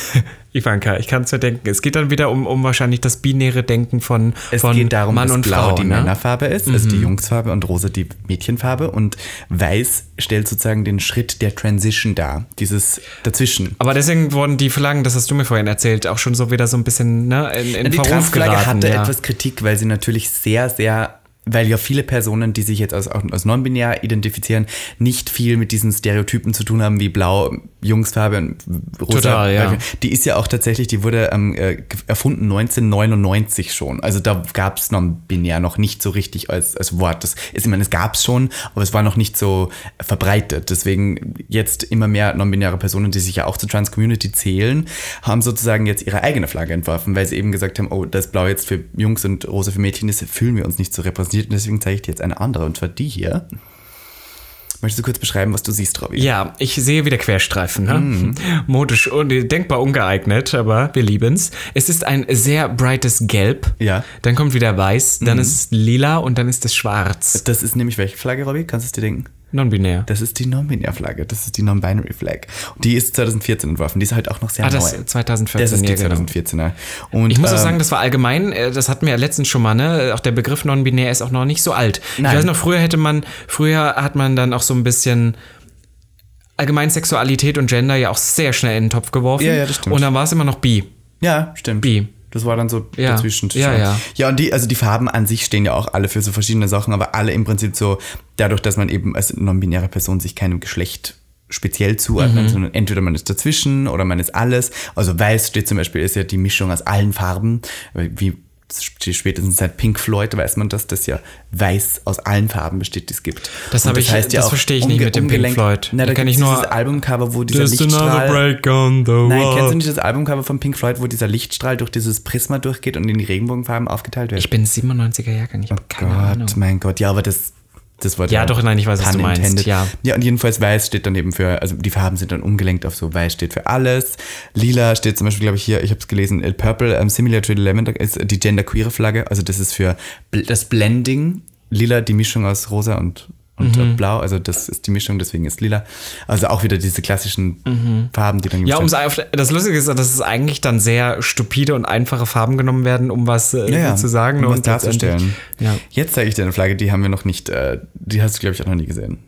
[SPEAKER 1] Ivanka, ich kann es mir denken. Es geht dann wieder um, um wahrscheinlich das binäre Denken von,
[SPEAKER 2] Es
[SPEAKER 1] von
[SPEAKER 2] geht darum,
[SPEAKER 1] Mann
[SPEAKER 2] dass
[SPEAKER 1] und
[SPEAKER 2] Blau
[SPEAKER 1] Frau.
[SPEAKER 2] die
[SPEAKER 1] ne? Mhm.
[SPEAKER 2] Männerfarbe ist, also die Jungsfarbe und Rosa die Mädchenfarbe und Weiß stellt sozusagen den Schritt der Transition dar, dieses Dazwischen.
[SPEAKER 1] Aber deswegen wurden die Flaggen, das hast du mir vorhin erzählt, auch schon so wieder so ein bisschen ne, in, in
[SPEAKER 2] Die
[SPEAKER 1] Verruf
[SPEAKER 2] Transflagge
[SPEAKER 1] geraten.
[SPEAKER 2] hatte
[SPEAKER 1] ja.
[SPEAKER 2] etwas Kritik, weil sie natürlich sehr, sehr, weil ja viele Personen, die sich jetzt als, auch als non-binär identifizieren, nicht viel mit diesen Stereotypen zu tun haben, wie Blau, Jungsfarbe und Rosa.
[SPEAKER 1] Total, ja.
[SPEAKER 2] Die ist ja auch tatsächlich, die wurde ähm, äh, ge- erfunden 1999 schon. Also da gab es non-binär noch nicht so richtig als, als Wort. Das ist, ich meine, es gab es schon, aber es war noch nicht so verbreitet. Deswegen jetzt immer mehr non-binäre Personen, die sich ja auch zur Trans-Community zählen, haben sozusagen jetzt ihre eigene Flagge entworfen, weil sie eben gesagt haben, oh, das Blau jetzt für Jungs und Rosa für Mädchen ist, fühlen wir uns nicht so repräsentiert. Und deswegen zeige ich dir jetzt eine andere, und zwar die hier. Möchtest du kurz beschreiben, was du siehst, Robby?
[SPEAKER 1] Ja, ich sehe wieder Querstreifen. Ne?
[SPEAKER 2] Mhm.
[SPEAKER 1] Modisch und denkbar ungeeignet, aber wir lieben's. Es ist ein sehr brightes Gelb.
[SPEAKER 2] Ja. Mhm.
[SPEAKER 1] Dann kommt wieder Weiß, dann ist es lila und dann ist es schwarz.
[SPEAKER 2] Das ist nämlich welche Flagge, Robby? Kannst du es dir denken?
[SPEAKER 1] Non-binär.
[SPEAKER 2] Das ist die Non-Binär-Flagge, das ist die Non-Binary-Flag. Und Die ist 2014 entworfen, die ist halt auch noch sehr
[SPEAKER 1] Ah,
[SPEAKER 2] neu.
[SPEAKER 1] das 2014.
[SPEAKER 2] das ist die
[SPEAKER 1] ja, genau.
[SPEAKER 2] 2014er. Und,
[SPEAKER 1] Ich muss auch
[SPEAKER 2] ähm,
[SPEAKER 1] sagen, das war allgemein, äh, das hatten wir ja letztens schon mal, ne? Auch der Begriff non-binär ist auch noch nicht so alt.
[SPEAKER 2] Nein.
[SPEAKER 1] Ich weiß noch, früher hätte man, früher hat man dann auch so ein bisschen allgemein Sexualität und Gender ja auch sehr schnell in den Topf geworfen.
[SPEAKER 2] Ja, ja, das stimmt.
[SPEAKER 1] Und dann war es immer noch bi.
[SPEAKER 2] ja, stimmt.
[SPEAKER 1] Bi.
[SPEAKER 2] Das war dann so
[SPEAKER 1] Ja.
[SPEAKER 2] dazwischen.
[SPEAKER 1] Ja, ja.
[SPEAKER 2] ja, und die, also die Farben an sich stehen ja auch alle für so verschiedene Sachen, aber alle im Prinzip so, dadurch, dass man eben als non-binäre Person sich keinem Geschlecht speziell
[SPEAKER 1] Mhm.
[SPEAKER 2] zuordnet, sondern entweder man ist dazwischen oder man ist alles. Also weiß steht zum Beispiel, ist ja die Mischung aus allen Farben, wie spätestens seit Pink Floyd weiß man, dass das ja weiß aus allen Farben besteht, die es gibt.
[SPEAKER 1] Das
[SPEAKER 2] Und
[SPEAKER 1] habe ich- das verstehe ich nicht
[SPEAKER 2] umge-
[SPEAKER 1] mit dem Pink
[SPEAKER 2] umgelenkt-
[SPEAKER 1] Floyd.
[SPEAKER 2] Na,
[SPEAKER 1] Da
[SPEAKER 2] da
[SPEAKER 1] kenn
[SPEAKER 2] kenne ich
[SPEAKER 1] ich nur-
[SPEAKER 2] dieses Albumcover, wo dieser Lichtstrahl...
[SPEAKER 1] break on the
[SPEAKER 2] Nein, kennst du nicht das Albumcover von Pink Floyd, wo dieser Lichtstrahl durch dieses Prisma durchgeht und in die Regenbogenfarben aufgeteilt wird?
[SPEAKER 1] Ich bin 97er Jahrgang, ich habe keine
[SPEAKER 2] Oh Gott,
[SPEAKER 1] Ahnung.
[SPEAKER 2] mein Gott, ja, aber das, das war
[SPEAKER 1] Ja,
[SPEAKER 2] der
[SPEAKER 1] doch, nein, ich weiß, was
[SPEAKER 2] Pun
[SPEAKER 1] du meinst,
[SPEAKER 2] intended.
[SPEAKER 1] ja.
[SPEAKER 2] ja, und jedenfalls weiß steht dann eben für, also die Farben sind dann umgelenkt auf so, weiß steht für alles. Lila steht zum Beispiel, glaube ich, hier, ich habe es gelesen, äh, Purple, ähm, similar to the Lavender, ist die genderqueere Flagge, also das ist für bl das Blending. Lila, die Mischung aus rosa und, und
[SPEAKER 1] Mhm.
[SPEAKER 2] äh, blau, also das ist die Mischung, deswegen ist lila. Also auch wieder diese klassischen Farben, die dann
[SPEAKER 1] Mhm. Ja,
[SPEAKER 2] gemischt
[SPEAKER 1] um's auf, das Lustige ist, dass es eigentlich dann sehr stupide und einfache Farben genommen werden, um was äh,
[SPEAKER 2] ja, ja.
[SPEAKER 1] zu sagen
[SPEAKER 2] um was
[SPEAKER 1] und letztendlich-
[SPEAKER 2] darzustellen.
[SPEAKER 1] Ja.
[SPEAKER 2] Jetzt zeige ich dir eine Flagge, die haben wir noch nicht, äh, die hast du, glaube ich, auch noch nie gesehen.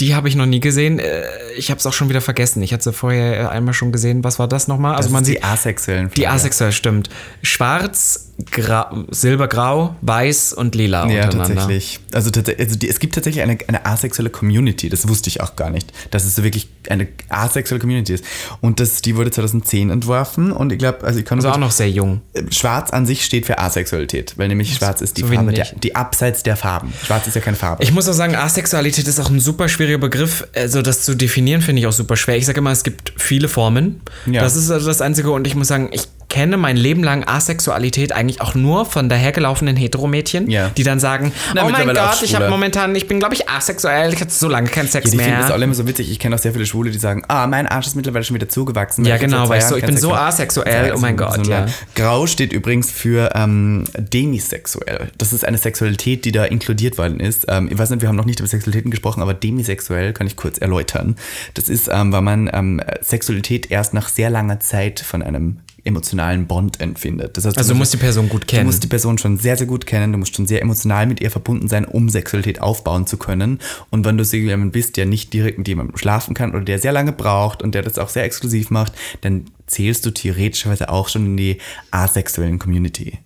[SPEAKER 1] Die habe ich noch nie gesehen. Äh, Ich habe es auch schon wieder vergessen. Ich hatte sie vorher äh, einmal schon gesehen. Was war das nochmal? Also
[SPEAKER 2] Das
[SPEAKER 1] man
[SPEAKER 2] ist
[SPEAKER 1] sieht
[SPEAKER 2] die asexuellen Flagge.
[SPEAKER 1] die asexuell, stimmt. Schwarz, Gra silbergrau, weiß und lila
[SPEAKER 2] Ja,
[SPEAKER 1] untereinander.
[SPEAKER 2] tatsächlich. Also, tats- also die, es gibt tatsächlich eine, eine asexuelle Community, das wusste ich auch gar nicht, dass es so wirklich eine asexuelle Community ist. Und das, die wurde 2010 entworfen und ich glaube, also ich kann
[SPEAKER 1] Also
[SPEAKER 2] nur
[SPEAKER 1] auch noch sehr jung.
[SPEAKER 2] kurz- Äh, Schwarz an sich steht für Asexualität, weil nämlich Schwarz ist die
[SPEAKER 1] so wie
[SPEAKER 2] Farbe, der,
[SPEAKER 1] nicht.
[SPEAKER 2] die abseits der Farben. Schwarz ist ja keine Farbe.
[SPEAKER 1] Ich muss auch sagen, Asexualität ist auch ein super schwieriger Begriff. Also das zu definieren finde ich auch super schwer. Ich sage immer, es gibt viele Formen.
[SPEAKER 2] Ja.
[SPEAKER 1] Das ist also das Einzige und ich muss sagen, ich kenne mein Leben lang Asexualität eigentlich auch nur von dahergelaufenen Heteromädchen,
[SPEAKER 2] Ja.
[SPEAKER 1] die dann sagen,
[SPEAKER 2] Na,
[SPEAKER 1] oh mein
[SPEAKER 2] mittlerweile auch
[SPEAKER 1] Gott, ich habe
[SPEAKER 2] Schwule.
[SPEAKER 1] momentan, ich bin glaube ich asexuell, ich hatte so lange keinen Sex
[SPEAKER 2] Ja, die finden das
[SPEAKER 1] mehr.
[SPEAKER 2] auch immer so witzig. Ich kenne auch sehr viele Schwule, die sagen, ah, mein Arsch ist mittlerweile schon wieder zugewachsen. weil
[SPEAKER 1] Ja,
[SPEAKER 2] ich jetzt
[SPEAKER 1] genau,
[SPEAKER 2] seit zwei
[SPEAKER 1] weißt du,
[SPEAKER 2] Jahren
[SPEAKER 1] ich
[SPEAKER 2] keinen
[SPEAKER 1] bin
[SPEAKER 2] Sex
[SPEAKER 1] so
[SPEAKER 2] habe."
[SPEAKER 1] asexuell,
[SPEAKER 2] Ja,
[SPEAKER 1] oh mein Gott, ja.
[SPEAKER 2] Grau steht übrigens für ähm, demisexuell. Das ist eine Sexualität, die da inkludiert worden ist. Ähm, ich weiß nicht, wir haben noch nicht über Sexualitäten gesprochen, aber demisexuell kann ich kurz erläutern. Das ist, ähm, weil man ähm, Sexualität erst nach sehr langer Zeit von einem emotionalen Bond empfindet. Das heißt,
[SPEAKER 1] Also du musst die Person gut kennen.
[SPEAKER 2] Du musst die Person schon sehr, sehr gut kennen. Du musst schon sehr emotional mit ihr verbunden sein, um Sexualität aufbauen zu können. Und wenn du so jemand bist, der nicht direkt mit jemandem schlafen kann oder der sehr lange braucht und der das auch sehr exklusiv macht, dann zählst du theoretischerweise auch schon in die asexuellen Community.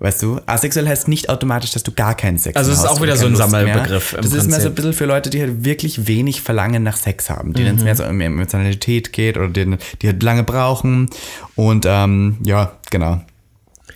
[SPEAKER 2] Weißt du, asexuell heißt nicht automatisch, dass du gar keinen Sex
[SPEAKER 1] Also es ist
[SPEAKER 2] hast
[SPEAKER 1] auch
[SPEAKER 2] und
[SPEAKER 1] wieder so
[SPEAKER 2] keine
[SPEAKER 1] ein
[SPEAKER 2] Lust mehr.
[SPEAKER 1] Sammelbegriff im
[SPEAKER 2] Das ist mehr so
[SPEAKER 1] Prinzip.
[SPEAKER 2] ein bisschen für Leute, die halt wirklich wenig Verlangen nach Sex haben, denen
[SPEAKER 1] Mhm.
[SPEAKER 2] es mehr so um Emotionalität geht oder denen, die halt lange brauchen. Und ähm, ja, genau.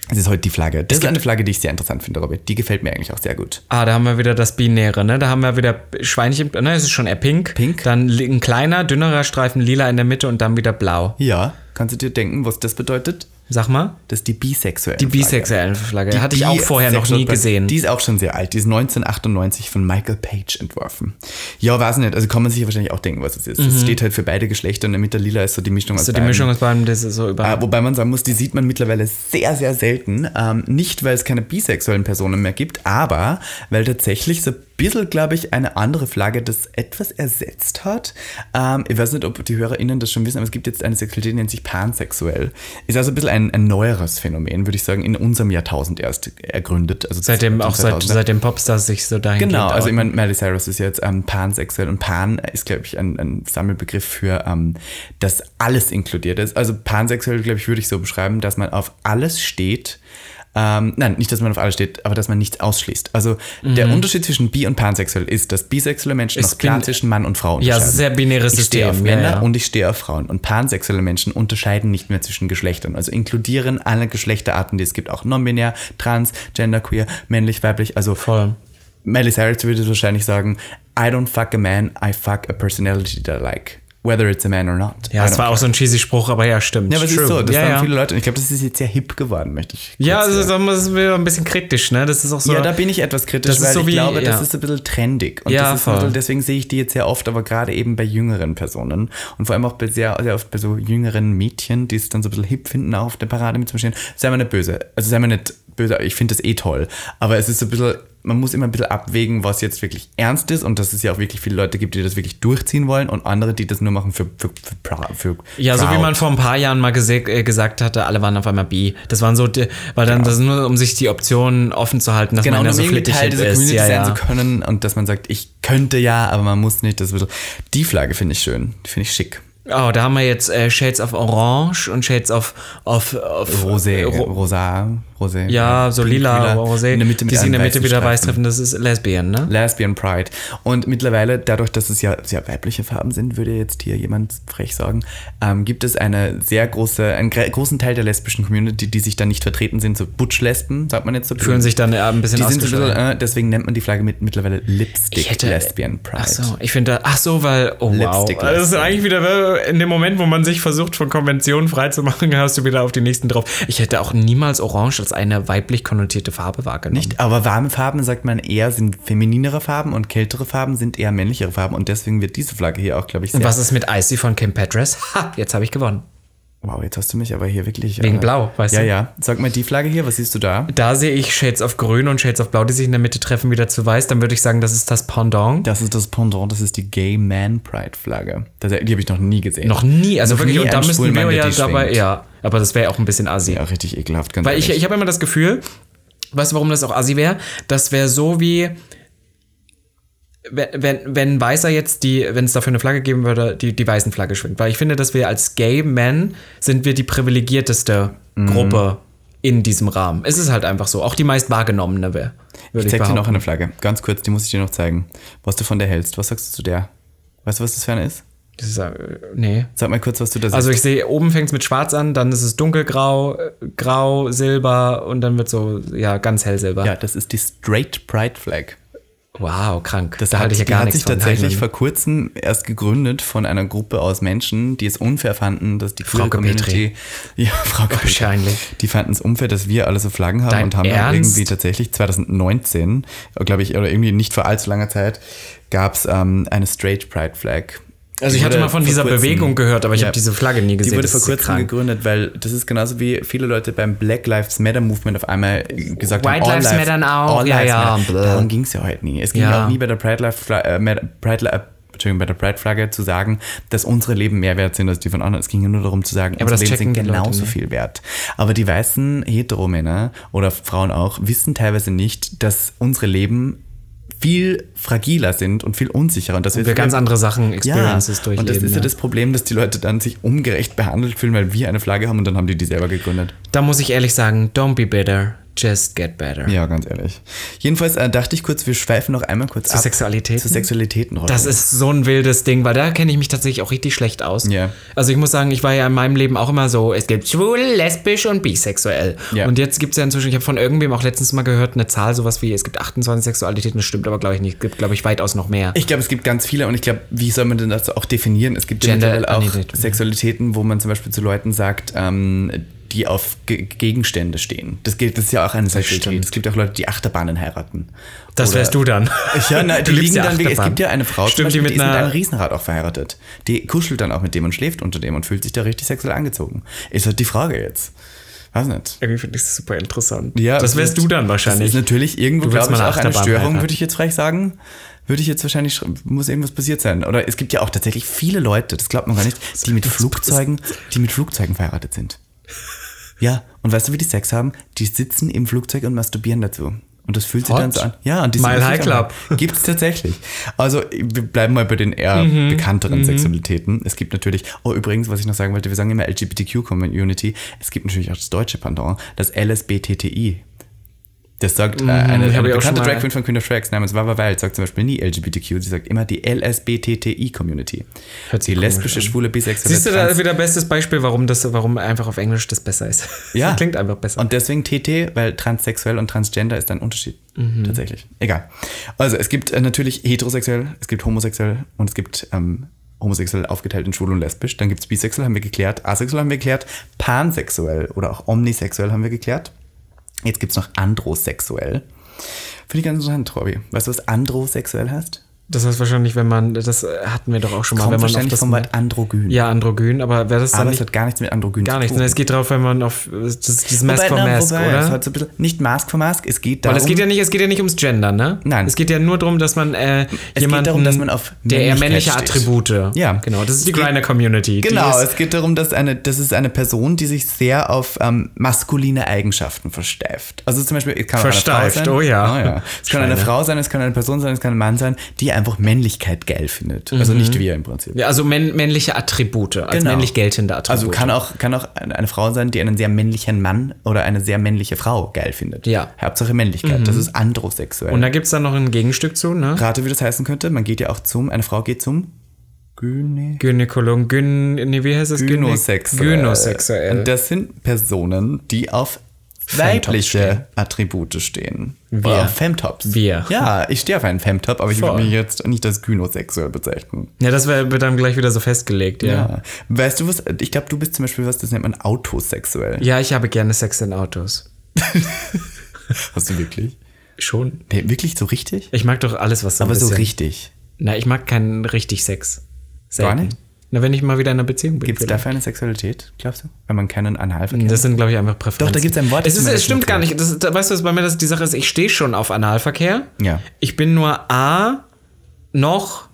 [SPEAKER 2] Das ist heute die Flagge. Das ist eine Flagge, die ich sehr interessant finde, Robert. Die gefällt mir eigentlich auch sehr gut.
[SPEAKER 1] Ah, da haben wir wieder das Binäre, ne? Da haben wir wieder Schweinchen, ne, es ist schon eher pink.
[SPEAKER 2] Pink?
[SPEAKER 1] Dann li- ein kleiner, dünnerer Streifen lila in der Mitte und dann wieder blau.
[SPEAKER 2] Ja, kannst du dir denken, was das bedeutet?
[SPEAKER 1] Sag mal,
[SPEAKER 2] Das ist die bisexuelle
[SPEAKER 1] die bisexuellen Flagge. Hatte ich auch vorher noch nie
[SPEAKER 2] Bisexual-
[SPEAKER 1] gesehen.
[SPEAKER 2] Die ist auch schon sehr alt. Die ist 1998 von Michael Page entworfen. Ja, weiß nicht. Also kann man sich ja wahrscheinlich auch denken, was es ist. Es steht halt für beide Geschlechter und in der Mitte lila ist so die Mischung aus
[SPEAKER 1] Mhm. so die
[SPEAKER 2] beiden.
[SPEAKER 1] Mischung aus beiden, das ist so über.
[SPEAKER 2] Äh, wobei man sagen muss, die sieht man mittlerweile sehr, sehr selten. Ähm, nicht, weil es keine bisexuellen Personen mehr gibt, aber weil tatsächlich so ein bisschen, glaube ich, eine andere Flagge das etwas ersetzt hat. Ähm, ich weiß nicht, ob die HörerInnen das schon wissen, aber es gibt jetzt eine Sexualität, die nennt sich pansexuell. Ist also ein bisschen ein, ein neueres Phänomen, würde ich sagen, in unserem Jahrtausend erst ergründet. Also
[SPEAKER 1] seitdem auch seit,
[SPEAKER 2] 2000er.
[SPEAKER 1] seit dem Popstar sich so dahin
[SPEAKER 2] Genau, also ich meine, Miley Cyrus ist jetzt ähm, pansexuell und pan ist, glaube ich, ein, ein Sammelbegriff für, ähm, dass alles inkludiert ist. Also pansexuell, glaube ich, würde ich so beschreiben, dass man auf alles steht. Ähm, nein, nicht, dass man auf alles steht, aber dass man nichts ausschließt. Also der Unterschied zwischen bi- und pansexuell ist, dass bisexuelle Menschen
[SPEAKER 1] Ist
[SPEAKER 2] noch klar
[SPEAKER 1] Mhm. bin-
[SPEAKER 2] zwischen Mann und Frau
[SPEAKER 1] Ja,
[SPEAKER 2] unterscheiden.
[SPEAKER 1] es ist ein sehr binäres
[SPEAKER 2] ich stehe
[SPEAKER 1] System.
[SPEAKER 2] auf
[SPEAKER 1] ja,
[SPEAKER 2] Männer
[SPEAKER 1] ja.
[SPEAKER 2] und ich stehe auf Frauen. Und pansexuelle Menschen unterscheiden nicht mehr zwischen Geschlechtern. Also inkludieren alle Geschlechterarten, die es gibt. Auch non-binär, trans, genderqueer, männlich, weiblich. Also
[SPEAKER 1] Voll.
[SPEAKER 2] Miley Cyrus würde wahrscheinlich sagen, I don't fuck a man, I fuck a personality that I like. Whether it's a man or not.
[SPEAKER 1] Ja,
[SPEAKER 2] I
[SPEAKER 1] es
[SPEAKER 2] don't
[SPEAKER 1] war auch so ein cheesy Spruch, aber ja, stimmt.
[SPEAKER 2] Ja, aber es
[SPEAKER 1] True.
[SPEAKER 2] ist so, das
[SPEAKER 1] ja,
[SPEAKER 2] waren
[SPEAKER 1] ja.
[SPEAKER 2] viele Leute und ich glaube, das ist jetzt sehr hip geworden, möchte ich. kurz
[SPEAKER 1] Ja, also
[SPEAKER 2] sagen.
[SPEAKER 1] sagen wir, das ist wieder ein bisschen kritisch, ne? Das ist auch so.
[SPEAKER 2] ja, da bin ich etwas kritisch,
[SPEAKER 1] das ist
[SPEAKER 2] weil
[SPEAKER 1] so
[SPEAKER 2] ich
[SPEAKER 1] wie-
[SPEAKER 2] glaube,
[SPEAKER 1] ja.
[SPEAKER 2] das ist ein bisschen trendig. Und
[SPEAKER 1] Ja,
[SPEAKER 2] das ist ein bisschen,
[SPEAKER 1] voll.
[SPEAKER 2] deswegen sehe ich die jetzt sehr oft, aber gerade eben bei jüngeren Personen und vor allem auch bei sehr, sehr oft bei so jüngeren Mädchen, die es dann so ein bisschen hip finden, auf der Parade mitzumstehen. Sei mal nicht böse. Also sei mal nicht böse, ich finde das eh toll. Aber es ist so ein bisschen. Man muss immer ein bisschen abwägen, was jetzt wirklich ernst ist und dass es ja auch wirklich viele Leute gibt, die das wirklich durchziehen wollen und andere, die das nur machen für für, für, prou- für
[SPEAKER 1] Ja, so wie
[SPEAKER 2] proud.
[SPEAKER 1] man vor ein paar Jahren mal gese- äh, gesagt hatte, alle waren auf einmal bi. Das waren so, die- weil dann das nur, um sich die Optionen offen zu halten, dass
[SPEAKER 2] Genau,
[SPEAKER 1] man
[SPEAKER 2] und
[SPEAKER 1] ja
[SPEAKER 2] um
[SPEAKER 1] so
[SPEAKER 2] irgendwie
[SPEAKER 1] flittig
[SPEAKER 2] Teil
[SPEAKER 1] hip
[SPEAKER 2] dieser
[SPEAKER 1] ist.
[SPEAKER 2] Community
[SPEAKER 1] Ja,
[SPEAKER 2] sein
[SPEAKER 1] ja.
[SPEAKER 2] zu können und dass man sagt, ich könnte ja, aber man muss nicht. Das wird, die Flagge finde ich schön, die finde ich schick.
[SPEAKER 1] Oh, da haben wir jetzt äh, Shades of Orange und Shades of, of, of
[SPEAKER 2] Rosé,
[SPEAKER 1] äh, Ro
[SPEAKER 2] Rosa, Rosé.
[SPEAKER 1] ja, so
[SPEAKER 2] Pink
[SPEAKER 1] lila, Rosé.
[SPEAKER 2] In der Mitte mit
[SPEAKER 1] die sie in der
[SPEAKER 2] einem
[SPEAKER 1] Mitte
[SPEAKER 2] weißen
[SPEAKER 1] wieder weiß
[SPEAKER 2] Streifen.
[SPEAKER 1] treffen, das ist Lesbian, ne?
[SPEAKER 2] Lesbian Pride. Und mittlerweile, dadurch, dass es ja sehr weibliche Farben sind, würde jetzt hier jemand frech sagen, ähm, gibt es eine sehr große, einen gre- großen Teil der lesbischen Community, die sich dann nicht vertreten sind, so Butch-Lesben, sagt man jetzt so.
[SPEAKER 1] Fühlen sich dann äh, ein bisschen
[SPEAKER 2] die sind so ein
[SPEAKER 1] ausgeschlossen.
[SPEAKER 2] bisschen, äh, deswegen nennt man die Flagge mit, mittlerweile Lipstick Lesbian Pride.
[SPEAKER 1] Ach so, ich finde, ach so, weil, oh wow.
[SPEAKER 2] Lipstick
[SPEAKER 1] Das ist
[SPEAKER 2] Lesbian.
[SPEAKER 1] eigentlich wieder äh, in dem Moment, wo man sich versucht, von Konventionen freizumachen, hast du wieder auf die nächsten drauf. Ich hätte auch niemals Orange als eine weiblich konnotierte Farbe wahrgenommen.
[SPEAKER 2] Nicht, aber warme Farben, sagt man eher, sind femininere Farben und kältere Farben sind eher männlichere Farben und deswegen wird diese Flagge hier auch, glaube ich, sehr.
[SPEAKER 1] Und was ist mit Icy von Kim Petras? Ha, jetzt habe ich gewonnen.
[SPEAKER 2] Wow, jetzt hast du mich aber hier wirklich.
[SPEAKER 1] Wegen
[SPEAKER 2] äh,
[SPEAKER 1] Blau, weißt
[SPEAKER 2] ja,
[SPEAKER 1] du?
[SPEAKER 2] Ja, ja. Sag mal die Flagge hier, was siehst du da?
[SPEAKER 1] Da sehe ich Shades of Grün und Shades of Blau, die sich in der Mitte treffen, wieder zu weiß. Dann würde ich sagen, das ist das Pendant.
[SPEAKER 2] Das ist das Pendant, das ist die Gay Man Pride Flagge. Das, die habe ich noch nie gesehen.
[SPEAKER 1] Noch nie, also
[SPEAKER 2] Noch
[SPEAKER 1] wirklich,
[SPEAKER 2] nie
[SPEAKER 1] und da
[SPEAKER 2] einen
[SPEAKER 1] müssten
[SPEAKER 2] schwulen
[SPEAKER 1] wir
[SPEAKER 2] Mann, der
[SPEAKER 1] ja
[SPEAKER 2] die
[SPEAKER 1] dabei,
[SPEAKER 2] schwingt.
[SPEAKER 1] ja. Aber das wäre auch ein bisschen assi.
[SPEAKER 2] Ja, richtig ekelhaft, ganz
[SPEAKER 1] Weil ich, ich habe immer das Gefühl, weißt du, warum das auch assi wäre? Das wäre so wie, wenn, wenn, wenn Weißer jetzt die, wenn es dafür eine Flagge geben würde, die, die weißen Flagge schwingt. Weil ich finde, dass wir als Gay Men sind wir die privilegierteste
[SPEAKER 2] Mhm.
[SPEAKER 1] Gruppe in diesem Rahmen. Es ist halt einfach so. Auch die meist wahrgenommene wäre.
[SPEAKER 2] ich, ich zeig dir
[SPEAKER 1] behaupten.
[SPEAKER 2] noch eine Flagge. Ganz kurz, die muss ich dir noch zeigen. Was du von der hältst. Was sagst du zu der? Weißt du, was das für eine ist?
[SPEAKER 1] Das ist, äh, nee.
[SPEAKER 2] Sag mal kurz, was du da
[SPEAKER 1] Also ich sehe, oben fängt es mit schwarz an, dann ist es dunkelgrau, äh, grau, silber und dann wird so, ja, ganz hell silber.
[SPEAKER 2] Ja, das ist die Straight Pride Flag.
[SPEAKER 1] Wow, krank.
[SPEAKER 2] Das da hat, ich ja gar die hat sich tatsächlich Nein. vor kurzem erst gegründet von einer Gruppe aus Menschen, die es unfair fanden, dass die
[SPEAKER 1] Frau Community,
[SPEAKER 2] ja, Frau
[SPEAKER 1] wahrscheinlich,
[SPEAKER 2] die fanden es unfair, dass wir alle so Flaggen haben
[SPEAKER 1] Dein
[SPEAKER 2] und haben dann
[SPEAKER 1] Ernst?
[SPEAKER 2] irgendwie tatsächlich 2019, glaube ich, oder irgendwie nicht vor allzu langer Zeit, gab es ähm, eine Straight Pride Flag.
[SPEAKER 1] Also
[SPEAKER 2] Die
[SPEAKER 1] ich hatte
[SPEAKER 2] wurde
[SPEAKER 1] mal von
[SPEAKER 2] vor
[SPEAKER 1] dieser
[SPEAKER 2] kurzem-
[SPEAKER 1] Bewegung gehört, aber ich
[SPEAKER 2] Ja.
[SPEAKER 1] habe diese Flagge nie gesehen.
[SPEAKER 2] Die wurde
[SPEAKER 1] Das
[SPEAKER 2] vor
[SPEAKER 1] ist ja
[SPEAKER 2] kurzem
[SPEAKER 1] krank.
[SPEAKER 2] gegründet, weil das ist genauso wie viele Leute beim Black Lives Matter Movement auf einmal gesagt
[SPEAKER 1] White
[SPEAKER 2] haben, all
[SPEAKER 1] Lives Mattern auch,
[SPEAKER 2] all
[SPEAKER 1] ja,
[SPEAKER 2] lives
[SPEAKER 1] ja,
[SPEAKER 2] matter.
[SPEAKER 1] bläh.
[SPEAKER 2] Darum ging es ja heute nie. Es ging
[SPEAKER 1] Ja.
[SPEAKER 2] ja auch nie bei der Pride Life Fla- äh, Matter- Pride Li- äh, Entschuldigung, bei der Pride-Flagge zu sagen, dass unsere Leben mehr wert sind als die von anderen. Es ging ja nur darum zu sagen,
[SPEAKER 1] aber
[SPEAKER 2] unsere
[SPEAKER 1] das
[SPEAKER 2] Leben
[SPEAKER 1] checken
[SPEAKER 2] sind
[SPEAKER 1] die Leute
[SPEAKER 2] genauso
[SPEAKER 1] nicht.
[SPEAKER 2] viel wert. Aber die weißen Heteromänner oder Frauen auch wissen teilweise nicht, dass unsere Leben viel fragiler sind und viel unsicherer und dass
[SPEAKER 1] Wir ganz andere Sachen, Experiences durchleben. ne?
[SPEAKER 2] und das ist ja
[SPEAKER 1] ja.
[SPEAKER 2] das Problem, dass die Leute dann sich ungerecht behandelt fühlen, weil wir eine Flagge haben und dann haben die die selber gegründet.
[SPEAKER 1] Da muss ich ehrlich sagen, don't be bitter, just get better.
[SPEAKER 2] Ja, ganz ehrlich. Jedenfalls äh, dachte ich kurz, wir schweifen noch einmal kurz
[SPEAKER 1] Zur
[SPEAKER 2] ab.
[SPEAKER 1] Sexualitäten?
[SPEAKER 2] Zur Sexualitäten.
[SPEAKER 1] Das ist so ein wildes Ding, weil da kenne ich mich tatsächlich auch richtig schlecht aus.
[SPEAKER 2] Ja.
[SPEAKER 1] Also ich muss sagen, ich war ja in meinem Leben auch immer so, es gibt schwul, lesbisch und bisexuell.
[SPEAKER 2] Ja.
[SPEAKER 1] Und jetzt gibt es ja inzwischen, ich habe von irgendwem auch letztens mal gehört, eine Zahl sowas wie, es gibt 28 Sexualitäten, das stimmt aber glaube ich nicht, es gibt glaube ich weitaus noch mehr.
[SPEAKER 2] Ich glaube, es gibt ganz viele und ich glaube, wie soll man denn das auch definieren? Es gibt
[SPEAKER 1] Gender-
[SPEAKER 2] generell auch
[SPEAKER 1] ah, nee, nee.
[SPEAKER 2] Sexualitäten, wo man zum Beispiel zu Leuten sagt, ähm, die auf Ge Gegenstände stehen. Das, gilt, das ist ja auch eine Sexualität.
[SPEAKER 1] stimmt.
[SPEAKER 2] Es gibt auch Leute, die Achterbahnen heiraten.
[SPEAKER 1] das
[SPEAKER 2] Oder-
[SPEAKER 1] wärst du dann.
[SPEAKER 2] Ja, nein, die
[SPEAKER 1] liebst
[SPEAKER 2] liegen
[SPEAKER 1] ja
[SPEAKER 2] dann wirklich, es
[SPEAKER 1] Achterbahn.
[SPEAKER 2] gibt ja eine Frau, zum
[SPEAKER 1] stimmt, die
[SPEAKER 2] Beispiel,
[SPEAKER 1] mit
[SPEAKER 2] die ist mit einem
[SPEAKER 1] einer
[SPEAKER 2] Riesenrad auch verheiratet. Die kuschelt dann auch mit dem und schläft unter dem und fühlt sich da richtig sexuell angezogen. Ist halt die Frage jetzt. Weiß nicht.
[SPEAKER 1] Irgendwie finde ich das super interessant. das wärst
[SPEAKER 2] ist-
[SPEAKER 1] du dann
[SPEAKER 2] Das
[SPEAKER 1] wahrscheinlich.
[SPEAKER 2] ist natürlich irgendwo,
[SPEAKER 1] Du willst
[SPEAKER 2] glaube ich,
[SPEAKER 1] mal eine
[SPEAKER 2] auch eine
[SPEAKER 1] Achterbahn
[SPEAKER 2] Störung,
[SPEAKER 1] heiraten.
[SPEAKER 2] würde ich jetzt vielleicht sagen. Würde ich jetzt wahrscheinlich, sch- muss irgendwas passiert sein. Oder es gibt ja auch tatsächlich viele Leute, das glaubt man gar nicht, die mit Flugzeugen, die mit Flugzeugen verheiratet sind. Ja, und weißt du, wie die Sex haben? Die sitzen im Flugzeug und masturbieren dazu. Und das fühlt sich
[SPEAKER 1] Hot.
[SPEAKER 2] dann so an. Ja, und die
[SPEAKER 1] Mile High Club.
[SPEAKER 2] Gibt es tatsächlich. Also, wir bleiben mal bei den eher
[SPEAKER 1] Mhm.
[SPEAKER 2] bekannteren Sexualitäten. Es gibt natürlich, oh, übrigens, was ich noch sagen wollte, wir sagen immer LGBTQ-Community. Es gibt natürlich auch das deutsche Pendant, das LSBTTI. Das sagt äh, eine,
[SPEAKER 1] ich Mhm, hab
[SPEAKER 2] eine
[SPEAKER 1] ja auch schon
[SPEAKER 2] bekannte
[SPEAKER 1] mal-
[SPEAKER 2] Drag Queen von Queen of Tracks namens Wawa Wild, sagt zum Beispiel nie LGBTQ, sie sagt immer die LSBTTI-Community.
[SPEAKER 1] Hört
[SPEAKER 2] Die
[SPEAKER 1] sich komisch
[SPEAKER 2] lesbische, schwule, bisexuelle,
[SPEAKER 1] Siehst du
[SPEAKER 2] trans-
[SPEAKER 1] da wieder bestes Beispiel, warum das, warum einfach auf Englisch das besser ist.
[SPEAKER 2] Ja.
[SPEAKER 1] Das klingt einfach besser.
[SPEAKER 2] Und deswegen TT, weil transsexuell und transgender ist ein Unterschied.
[SPEAKER 1] Mhm.
[SPEAKER 2] Tatsächlich. Egal. Also es gibt äh, natürlich heterosexuell, es gibt homosexuell und es gibt ähm, homosexuell aufgeteilt in schwul und lesbisch. Dann gibt es bisexuell, haben wir geklärt. Asexuell haben wir geklärt. Pansexuell oder auch omnisexuell haben wir geklärt. Jetzt gibt es noch androsexuell. Finde ich ganz interessant, Robby. Weißt du, was androsexuell heißt?
[SPEAKER 1] das heißt wahrscheinlich, wenn man, das äh, hatten wir doch auch schon mal,
[SPEAKER 2] Kommt
[SPEAKER 1] wenn man auf
[SPEAKER 2] wahrscheinlich
[SPEAKER 1] das
[SPEAKER 2] vom Wort androgyn.
[SPEAKER 1] Ja, androgyn, aber wäre das dann
[SPEAKER 2] Aber es
[SPEAKER 1] nicht,
[SPEAKER 2] hat gar nichts mit androgyn
[SPEAKER 1] gar nichts.
[SPEAKER 2] zu tun.
[SPEAKER 1] Ne? Es geht drauf, wenn man auf äh, das, dieses Mask
[SPEAKER 2] Wobei,
[SPEAKER 1] for
[SPEAKER 2] na,
[SPEAKER 1] Mask,
[SPEAKER 2] wobei, Es
[SPEAKER 1] oder?
[SPEAKER 2] hat so ein bisschen, nicht Mask for Mask, es geht
[SPEAKER 1] Weil
[SPEAKER 2] darum...
[SPEAKER 1] es geht ja nicht, es geht ja nicht ums Gender, ne?
[SPEAKER 2] Nein.
[SPEAKER 1] Es geht ja nur darum, dass man äh,
[SPEAKER 2] geht
[SPEAKER 1] jemanden,
[SPEAKER 2] darum, dass man auf
[SPEAKER 1] der eher männliche
[SPEAKER 2] Männlichkeit steht.
[SPEAKER 1] Attribute.
[SPEAKER 2] Ja.
[SPEAKER 1] genau. Das ist die
[SPEAKER 2] Es geht-
[SPEAKER 1] Grinder Community.
[SPEAKER 2] Genau,
[SPEAKER 1] Die
[SPEAKER 2] es geht darum, dass eine, das ist eine Person, die sich sehr auf ähm, maskuline Eigenschaften versteift. Also zum Beispiel, es kann auch
[SPEAKER 1] Versteift,
[SPEAKER 2] eine Frau sein. Ah,
[SPEAKER 1] oh ja.
[SPEAKER 2] Es kann eine
[SPEAKER 1] Schweine.
[SPEAKER 2] Frau sein, es kann eine Person sein, es kann ein Mann sein, die einfach Männlichkeit geil findet. Also nicht wir im Prinzip.
[SPEAKER 1] ist, ja, also männ, männliche Attribute, als
[SPEAKER 2] Genau.
[SPEAKER 1] männlich geltende Attribute.
[SPEAKER 2] Also kann auch, kann auch eine eine Frau sein, die einen sehr männlichen Mann oder eine sehr männliche Frau geil findet.
[SPEAKER 1] Ja. Mhm.
[SPEAKER 2] Hauptsache Männlichkeit. Das ist androsexuell.
[SPEAKER 1] Und da gibt's dann noch ein Gegenstück zu, ne?
[SPEAKER 2] Rate, wie das heißen könnte. Man geht ja auch zum, eine Frau geht zum Gyne
[SPEAKER 1] Gynäkologen, Gyn, nee, wie heißt es? Gyne-
[SPEAKER 2] Gynosexuell.
[SPEAKER 1] Gynosexuell.
[SPEAKER 2] Und das sind Personen, die auf
[SPEAKER 1] Femtops stehen.
[SPEAKER 2] weibliche Attribute stehen.
[SPEAKER 1] Wir.
[SPEAKER 2] Oder auf Femtops.
[SPEAKER 1] Wir.
[SPEAKER 2] Ja, ich stehe auf einen Femtop, aber ich
[SPEAKER 1] Voll.
[SPEAKER 2] würde mich jetzt nicht als gynosexuell bezeichnen.
[SPEAKER 1] ja, das wär- wird dann gleich wieder so festgelegt, ja. ja.
[SPEAKER 2] Ja. Weißt du was? Ich glaube, du bist zum Beispiel was, das nennt man autosexuell.
[SPEAKER 1] ich habe gerne Sex in Autos.
[SPEAKER 2] Hast du wirklich?
[SPEAKER 1] Schon.
[SPEAKER 2] Nee, wirklich so richtig?
[SPEAKER 1] Ich mag doch alles, was so
[SPEAKER 2] Aber
[SPEAKER 1] ein
[SPEAKER 2] so
[SPEAKER 1] bisschen.
[SPEAKER 2] richtig.
[SPEAKER 1] Na, ich mag keinen richtig Sex.
[SPEAKER 2] Gar nicht?
[SPEAKER 1] Na, wenn ich mal wieder in einer Beziehung bin.
[SPEAKER 2] Gibt es
[SPEAKER 1] vielleicht.
[SPEAKER 2] dafür eine Sexualität, glaubst du? Wenn man keinen Analverkehr
[SPEAKER 1] das sind, glaube ich, einfach Präferenzen.
[SPEAKER 2] Doch, da gibt's ein Wort,
[SPEAKER 1] Es,
[SPEAKER 2] das
[SPEAKER 1] ist,
[SPEAKER 2] man
[SPEAKER 1] es stimmt
[SPEAKER 2] dazu
[SPEAKER 1] gar nicht. Das, da, weißt du, was bei mir das, die Sache ist? Ich stehe schon auf Analverkehr.
[SPEAKER 2] Ja.
[SPEAKER 1] Ich bin nur A, noch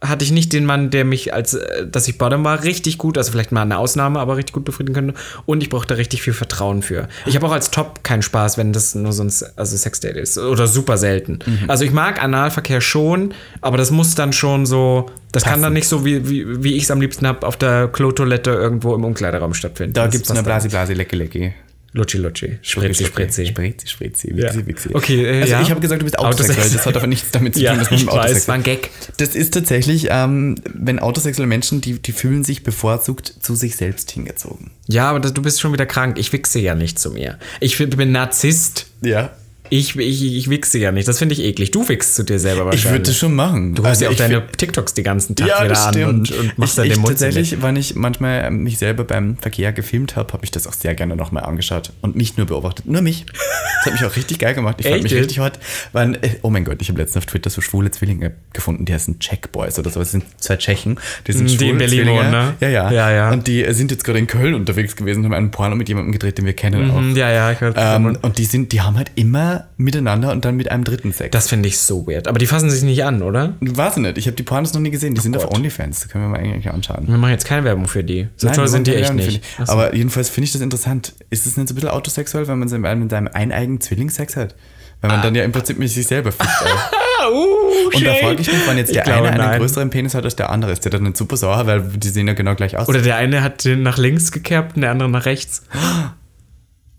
[SPEAKER 1] hatte ich nicht den Mann, der mich als, äh, dass ich Bottom war, richtig gut, also vielleicht mal eine Ausnahme, aber richtig gut befriedigen könnte. Und ich brauchte richtig viel Vertrauen für. Ich habe auch als Top keinen Spaß, wenn das nur sonst, also Sexdate ist. Oder super selten.
[SPEAKER 2] Mhm.
[SPEAKER 1] Also ich mag Analverkehr schon, aber das muss dann schon so, das kann dann nicht so, wie, wie, wie ich es am liebsten habe, auf der Klotoilette irgendwo im Umkleideraum stattfinden.
[SPEAKER 2] Da
[SPEAKER 1] Das
[SPEAKER 2] gibt es
[SPEAKER 1] passt
[SPEAKER 2] eine
[SPEAKER 1] dann.
[SPEAKER 2] Blasi, Blasi, Lecki, Lecki.
[SPEAKER 1] Lutschi, Lutschi. Spritzi, Spritzi.
[SPEAKER 2] Spritzi, Spritzi.
[SPEAKER 1] Ja.
[SPEAKER 2] Wixi, Wixi.
[SPEAKER 1] Okay, äh,
[SPEAKER 2] also
[SPEAKER 1] ja.
[SPEAKER 2] ich habe gesagt, du bist autosexuell.
[SPEAKER 1] Autosexuell.
[SPEAKER 2] Das hat aber nichts damit zu tun,
[SPEAKER 1] Ja,
[SPEAKER 2] dass man
[SPEAKER 1] ich
[SPEAKER 2] im
[SPEAKER 1] weiß, war
[SPEAKER 2] Autosexuell
[SPEAKER 1] ein Gag.
[SPEAKER 2] Das ist tatsächlich, ähm, wenn autosexuelle Menschen, die, die fühlen sich bevorzugt zu sich selbst hingezogen.
[SPEAKER 1] Ja, aber das- du bist schon wieder krank. Ich wichse ja nicht zu mir. Ich find- bin Narzisst.
[SPEAKER 2] Ja.
[SPEAKER 1] Ich, ich, ich wichse ja nicht. Das finde ich eklig. Du wichst zu dir selber
[SPEAKER 2] Ich würde das schon machen. Also
[SPEAKER 1] Du hast ja auch deine TikToks die ganzen Tag
[SPEAKER 2] ja,
[SPEAKER 1] wieder
[SPEAKER 2] das
[SPEAKER 1] an
[SPEAKER 2] stimmt.
[SPEAKER 1] und, und machst dann
[SPEAKER 2] ich,
[SPEAKER 1] den
[SPEAKER 2] ich
[SPEAKER 1] Mund
[SPEAKER 2] tatsächlich, wenn ich manchmal ähm, mich selber beim Verkehr gefilmt habe, habe ich das auch sehr gerne nochmal angeschaut und mich nur beobachtet. Nur mich. Das hat mich auch richtig geil gemacht. Ich fand
[SPEAKER 1] Echt
[SPEAKER 2] mich
[SPEAKER 1] jetzt?
[SPEAKER 2] richtig hot. Wann, äh, oh mein Gott, ich habe letztens auf Twitter so schwule Zwillinge gefunden, die heißen Czech Boys oder so. Das sind zwei Tschechen. Die sind
[SPEAKER 1] Mhm, Die in
[SPEAKER 2] schwule
[SPEAKER 1] Berlin
[SPEAKER 2] Zwillinge.
[SPEAKER 1] wohnen, ne?
[SPEAKER 2] Ja, ja.
[SPEAKER 1] Ja, ja.
[SPEAKER 2] Und die äh, sind jetzt gerade in Köln unterwegs gewesen und haben einen Porno mit jemandem gedreht, den wir kennen auch.
[SPEAKER 1] Hm, Ja, ja, ich hör's
[SPEAKER 2] Ähm,
[SPEAKER 1] schon.
[SPEAKER 2] und die sind, die haben halt immer miteinander und dann mit einem dritten Sex.
[SPEAKER 1] Das finde ich so weird. Aber die fassen sich nicht an, oder?
[SPEAKER 2] Weiß ich nicht. Ich habe die Pornos noch nie gesehen. Die sind auf
[SPEAKER 1] Oh Gott.
[SPEAKER 2] OnlyFans. Da können wir mal eigentlich anschauen.
[SPEAKER 1] Wir machen jetzt keine Werbung für die. So
[SPEAKER 2] Nein,
[SPEAKER 1] toll
[SPEAKER 2] wir
[SPEAKER 1] sind die
[SPEAKER 2] wollen
[SPEAKER 1] echt
[SPEAKER 2] keine Werbung
[SPEAKER 1] nicht.
[SPEAKER 2] für die. Aber jedenfalls finde ich das interessant. Ist es nicht so ein bisschen autosexuell, wenn man so mit seinem eineigen Zwilling Sex hat? Weil man dann ja im Prinzip mit sich selber fickt. auch.
[SPEAKER 1] Ah, uh,
[SPEAKER 2] Und da frage ich mich, wann jetzt der
[SPEAKER 1] glaube,
[SPEAKER 2] eine einen
[SPEAKER 1] nein.
[SPEAKER 2] größeren Penis hat als der andere. Ist der dann nicht super sauer, weil die sehen ja genau gleich aus?
[SPEAKER 1] Oder der eine hat den nach links gekerbt und der andere nach rechts.